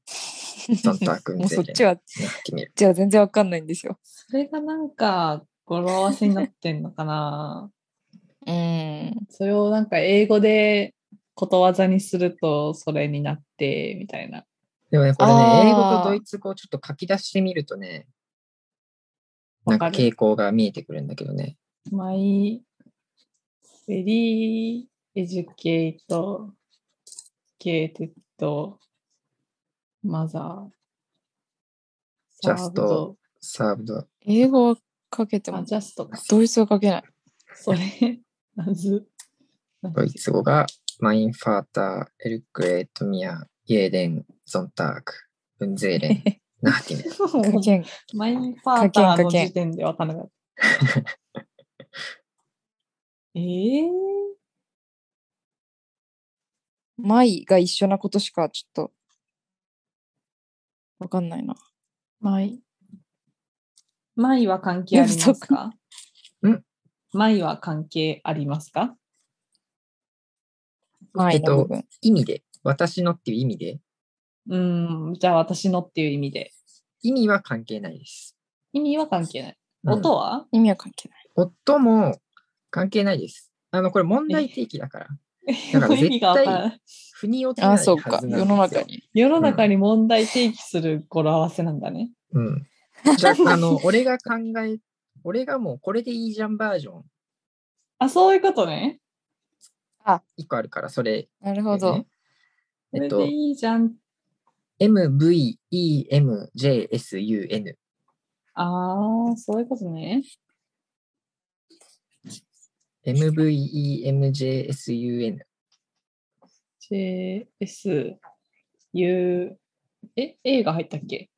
Speaker 2: Sonntag
Speaker 3: もうそっ
Speaker 2: mit
Speaker 3: ちは、
Speaker 2: Nachtimehl.
Speaker 3: じゃあ全然わかんないんですよ。
Speaker 1: それがなんか語呂合わせになってんのかな
Speaker 3: うん。
Speaker 1: それをなんか英語でことわざにするとそれになってみたいな。
Speaker 2: でもね、これ
Speaker 3: あー
Speaker 2: ね、英語とドイツ語をちょっと書き出してみるとね、な
Speaker 1: わ
Speaker 2: んか
Speaker 1: かる。
Speaker 2: 傾向が見えてくるんだけどね。
Speaker 1: マイベリーエデュケイトケイテッドマザー
Speaker 2: Just サーブド、
Speaker 3: 英語は書けて
Speaker 1: あ
Speaker 3: も、
Speaker 1: ジャストか
Speaker 3: ドイツは書けない。
Speaker 1: それ まずなん
Speaker 2: ド
Speaker 1: て
Speaker 2: イツ語が Mein Vater e g r e t mir jeden Sonntag und Seelen Nachtimehl。
Speaker 3: 書けん。
Speaker 1: マインパーターの時点で分かんなか った。えー、
Speaker 3: マイが一緒なことしかちょっと、わかんないな。
Speaker 1: マイ。マイは関係ありますか
Speaker 2: うん
Speaker 1: マイは関係ありますか
Speaker 3: マイの部分。
Speaker 2: 意味で、私のっていう意味で、
Speaker 1: うん、じゃあ私のっていう意味で。
Speaker 2: 意味は関係ないです。
Speaker 1: 意味は関係ない。
Speaker 2: うん
Speaker 1: 音は、
Speaker 3: 意味は関係ない。
Speaker 2: 夫も関係ないです。あの、これ問題提起だから。だから
Speaker 1: 意味が分から ない。
Speaker 2: 腑に落ちない
Speaker 3: あ、
Speaker 2: はず
Speaker 3: そ
Speaker 2: なで
Speaker 3: うん
Speaker 2: すよ。
Speaker 3: か。世の中に。
Speaker 1: 世の中に問題提起する語呂合わせなんだね。
Speaker 2: うん。じゃあ、あの、 俺が考え、俺がもうこれでいいじゃんバージョン
Speaker 1: あ、そういうことね。
Speaker 2: 1個あるから、それ、
Speaker 3: なる
Speaker 2: ね。
Speaker 3: ほど。
Speaker 1: こ
Speaker 2: え
Speaker 1: れ
Speaker 2: っと
Speaker 1: で、いいじゃん。
Speaker 2: MVEMJSUN。
Speaker 1: ああ、そういうことね。
Speaker 2: MVEMJSUN。
Speaker 1: JS、U、え、A が入ったっけ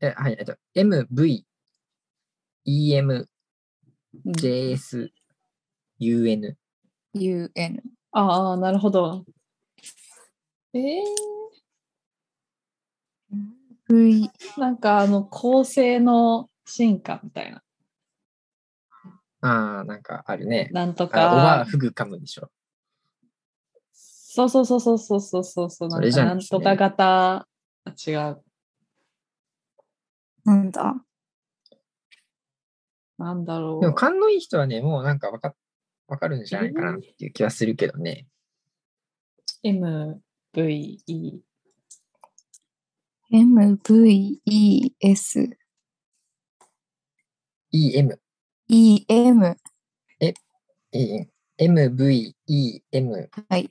Speaker 2: え、はい、えっと、MVEMJSUN。
Speaker 1: うん
Speaker 2: こ
Speaker 3: UN。
Speaker 1: ああ、なるほど。えー、
Speaker 3: V。
Speaker 1: なんかあの構成の進化みたいな。
Speaker 2: ああ、なんかあるね。
Speaker 1: なんと
Speaker 2: あれ、おば
Speaker 1: か。
Speaker 2: フグ噛むでしょ。
Speaker 1: そうそうそうそうそうそうそうそう。な
Speaker 2: そ
Speaker 1: ん
Speaker 2: れじ
Speaker 1: か
Speaker 2: ゃ
Speaker 1: な
Speaker 2: ない
Speaker 1: ん
Speaker 2: ですね
Speaker 1: とか型。あ違う。
Speaker 3: なんだ。
Speaker 1: なんだろ
Speaker 2: でも、
Speaker 1: う。
Speaker 2: 勘のいい人はね、もうなんかわかわかるんじゃないかなっていう気はするけどね。
Speaker 1: M、V、E。
Speaker 3: MVES。
Speaker 2: EM。
Speaker 3: EM。
Speaker 2: MVEMJSUN。
Speaker 3: はい。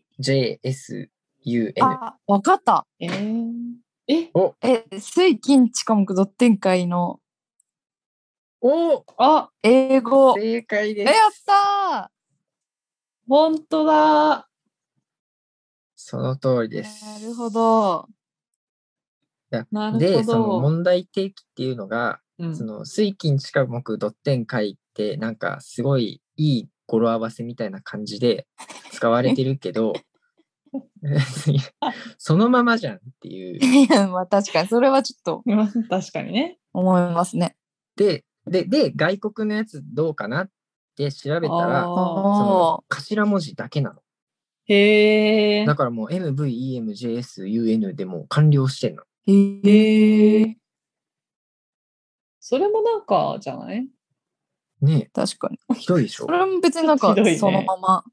Speaker 3: あ、わかった。
Speaker 1: えー、え、
Speaker 3: え、水金地下木ドッテン会の
Speaker 2: お
Speaker 1: あ、
Speaker 3: 英語。え、
Speaker 2: 正解で
Speaker 3: やっ
Speaker 2: す。
Speaker 3: た
Speaker 1: 本当だ。
Speaker 2: その通り
Speaker 3: ー
Speaker 2: です。
Speaker 3: なるほど。
Speaker 2: いや
Speaker 1: なるほど
Speaker 2: で、その問題提起っていうのが、
Speaker 1: うん
Speaker 2: その水金地下木ドッテン会ってなんかすごいいい語呂合わせみたいな感じで使われてるけ どそのままじゃんっていう。
Speaker 3: いや、まあ確かに、それはちょっと
Speaker 1: まあ 確かにね。
Speaker 3: 思いますね。
Speaker 2: ででで外国のやつどうかなって調べたら
Speaker 1: あー
Speaker 2: そ
Speaker 3: お
Speaker 2: の頭文字だけなの。
Speaker 1: へえ。
Speaker 2: だからもう MVEMJSUN でもう完了してんの。
Speaker 3: ー。
Speaker 1: へえ。それもなんかじゃない
Speaker 2: ね
Speaker 3: 確かに。
Speaker 2: え、ひどいでしょ
Speaker 3: そ。れも別になんか
Speaker 1: ひどいね
Speaker 3: そのまま、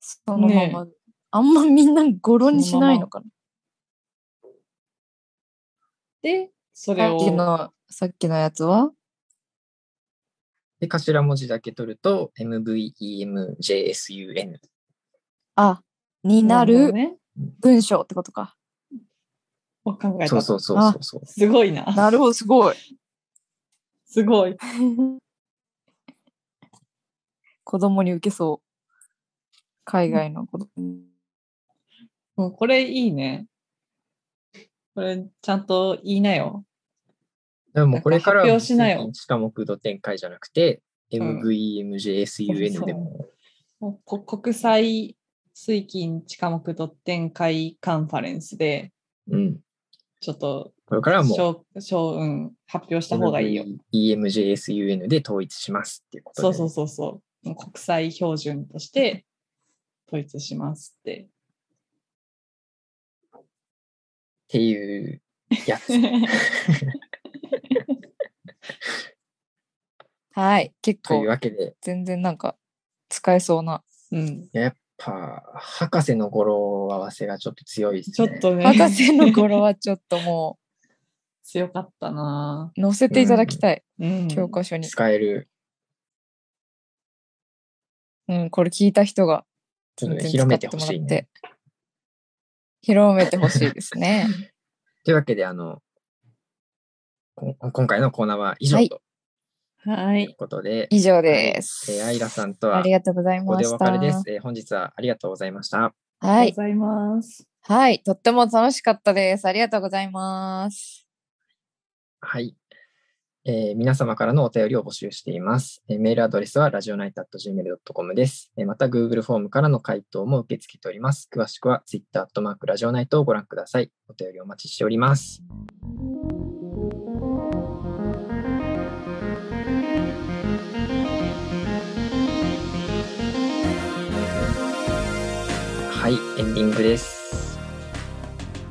Speaker 3: そのま
Speaker 1: ね
Speaker 3: ま、あんまみんな語呂にしないのかな。
Speaker 1: で、それ
Speaker 3: さっ
Speaker 1: を
Speaker 3: きの、さっきのやつは
Speaker 2: で、頭文字だけ取ると MVEMJSUN。
Speaker 3: あ、にな
Speaker 1: るほど
Speaker 3: る
Speaker 1: ね、
Speaker 3: 文章ってことか。
Speaker 1: を考え
Speaker 2: そう
Speaker 1: た。
Speaker 2: そうそうそうそう。
Speaker 1: すごいな。
Speaker 3: なるほど、すごい。
Speaker 1: すごい。
Speaker 3: 子供に受けそう。海外の子供に。
Speaker 1: もうこれいいね。これちゃんと言いなよ。
Speaker 2: でももうこれからは
Speaker 1: なんか発表しなよ
Speaker 2: しかも空洞展開じゃなくて、
Speaker 1: ん
Speaker 2: MVEMJSUN でも、
Speaker 1: もうこ国際水金地下目と展開カンファレンスで、
Speaker 2: うん、
Speaker 1: ちょっと
Speaker 2: これからはもう
Speaker 1: 小小うん、発表した方がいいよ。
Speaker 2: EMJSUN で統一しますっていうことで
Speaker 1: そうそうそうそう。もう国際標準として統一しますって。
Speaker 2: っていうや つ
Speaker 3: はい、結
Speaker 2: と
Speaker 3: 構
Speaker 2: いう、わけで、
Speaker 3: 全然なんか、使えそうな。
Speaker 1: うん、
Speaker 2: やっぱ博士の語呂合わせがちょっと強いです
Speaker 1: ちょ
Speaker 2: ね。
Speaker 1: っとね、
Speaker 3: 博士の頃はちょっとも
Speaker 1: 強かったな
Speaker 3: う、載せていただきたい、
Speaker 1: ぁ。うん、
Speaker 3: 教科書に。
Speaker 2: 使える、
Speaker 3: うん、これ聞いた人が、
Speaker 2: ちょっとね
Speaker 3: 全然
Speaker 2: 広めて
Speaker 3: 使
Speaker 2: ほ
Speaker 3: っもら
Speaker 2: しい
Speaker 3: っ
Speaker 2: ね。。
Speaker 3: 広めてほしいで すね。
Speaker 2: というわけで、あの、こ今回のコーナーは以上
Speaker 3: はい
Speaker 2: と。
Speaker 1: はいいう
Speaker 2: ことで、
Speaker 3: 以上です。
Speaker 2: えーアイラさんと
Speaker 3: あ
Speaker 2: は
Speaker 3: りがとうござい
Speaker 2: ここ
Speaker 3: ま
Speaker 2: で
Speaker 3: し
Speaker 2: お
Speaker 3: た。
Speaker 2: 別れです。えー本日はありがとうございました。
Speaker 1: あ
Speaker 3: は
Speaker 1: り
Speaker 3: い
Speaker 1: が。とうございます。
Speaker 3: はい。とっても楽しかったです。ありがとうございます。
Speaker 2: はい。えー皆様からのお便りを募集しています。えーメールアドレスはラジオナイト .gmail.com です。えーまた、Google フォームからの回答も受け付けております。詳しくは Twitter アットマークラジオナイトをご覧ください。お便りお待ちしております。はい、エンディングです。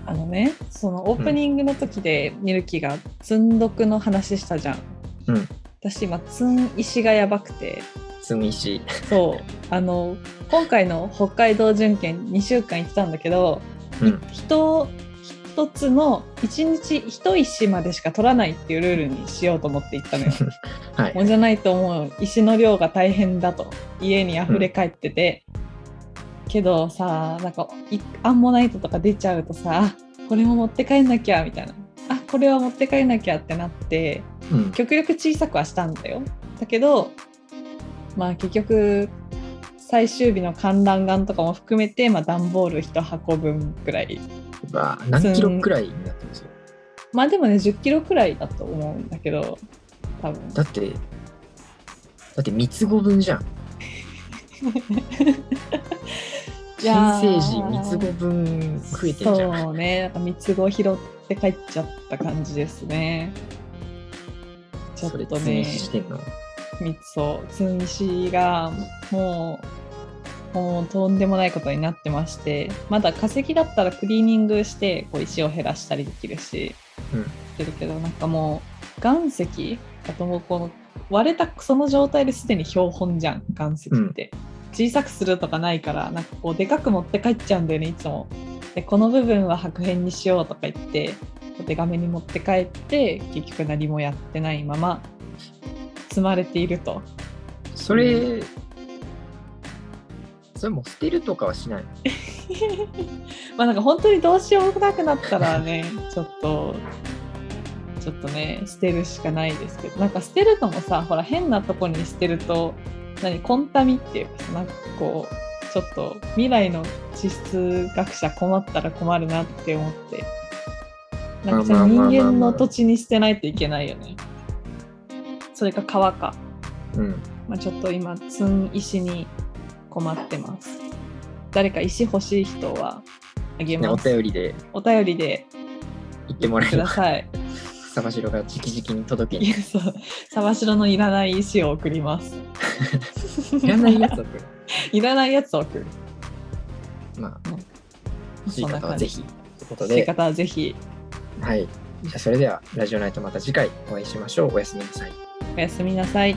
Speaker 1: あのね、そのオープニングの時でミルキが積んどくの話したじゃん。
Speaker 2: うん
Speaker 1: 私今積ん石がやばく て、
Speaker 2: 積み石。
Speaker 1: そうあの今回の北海道巡検2週間行ってたんだけど、
Speaker 2: うん
Speaker 1: 人一つの一日一石までしか取らないっていうルールにしようと思って行ったのよ。
Speaker 2: はい
Speaker 1: も。うじゃないと思う石の量が大変だと家に溢れ返ってて、けどさなんかいアンモナイトとか出ちゃうとさあこれも持って帰んなきゃみたいなあこれは持って帰んなきゃってなって
Speaker 2: うん
Speaker 1: 極力小さくはしたんだよだけどまあ結局最終日の観覧眼とかも含めて、まあ、段ボール1箱分くらい
Speaker 2: わあ何キロくらいになってますよ
Speaker 1: まあでもね1 0キロくらいだと思うんだけど多分
Speaker 2: だって、だって三つ子分じゃん。
Speaker 1: いやー
Speaker 2: 新生児三つ子分増えてんじゃん。
Speaker 1: そうね、なんか三つ子拾って帰っちゃった感じですね。ちょっ
Speaker 2: それ
Speaker 1: と
Speaker 2: 積み
Speaker 1: ね、
Speaker 2: 石してんの。
Speaker 1: 三つ子、つんしがもう、もうとんでもないことになってまして、まだ化石だったらクリーニングして、こう石を減らしたりできるし、
Speaker 2: うん
Speaker 1: できるけど、なんかもう、岩石、あともうこの割れたその状態ですでに標本じゃん、岩石って。小さくするとかないから、なんかこう、でかく持って帰っちゃうんだよね、いつも。でこの部分は白片にしようとか言ってお手紙に持って帰って結局何もやってないまま積まれていると
Speaker 2: それ、それもう捨てるとかはしないの。
Speaker 1: まあなんか本当にどうしようもなくなったらねちょっとちょっとね捨てるしかないですけどなんか捨てるのもさほら変なとこに捨てると何コンタミっていうかさなんかこうちょっと未来の地質学者困ったら困るなって思ってなんかそ
Speaker 2: まあ
Speaker 1: の
Speaker 2: まあ
Speaker 1: 人
Speaker 2: まあまあ
Speaker 1: 間の土地に捨てないといけないよねそれか川か、
Speaker 2: うん。
Speaker 1: まあ、ちょっと今積ん石に困ってます誰か石欲しい人はあげ
Speaker 2: ね、お
Speaker 1: ます
Speaker 2: 便りで
Speaker 1: お便りで
Speaker 2: 言ってもらえ
Speaker 1: く
Speaker 2: れ
Speaker 1: だ
Speaker 2: ば、
Speaker 1: さい。
Speaker 2: サバシロが直々に届け
Speaker 1: い
Speaker 2: に。
Speaker 1: や、そう、沢城のいらない石を送ります。
Speaker 2: いらないやつを送る。
Speaker 1: いらないやつを送る。
Speaker 2: ま
Speaker 1: う
Speaker 2: あ
Speaker 1: ん、
Speaker 2: 欲しい方はぜひ。ということ
Speaker 1: そういう
Speaker 2: で、
Speaker 1: 方はぜひ、
Speaker 2: はい。じゃあそれでは、ラジオナイトまた次回お会いしましょう。おやすみなさい。
Speaker 1: おやすみなさい。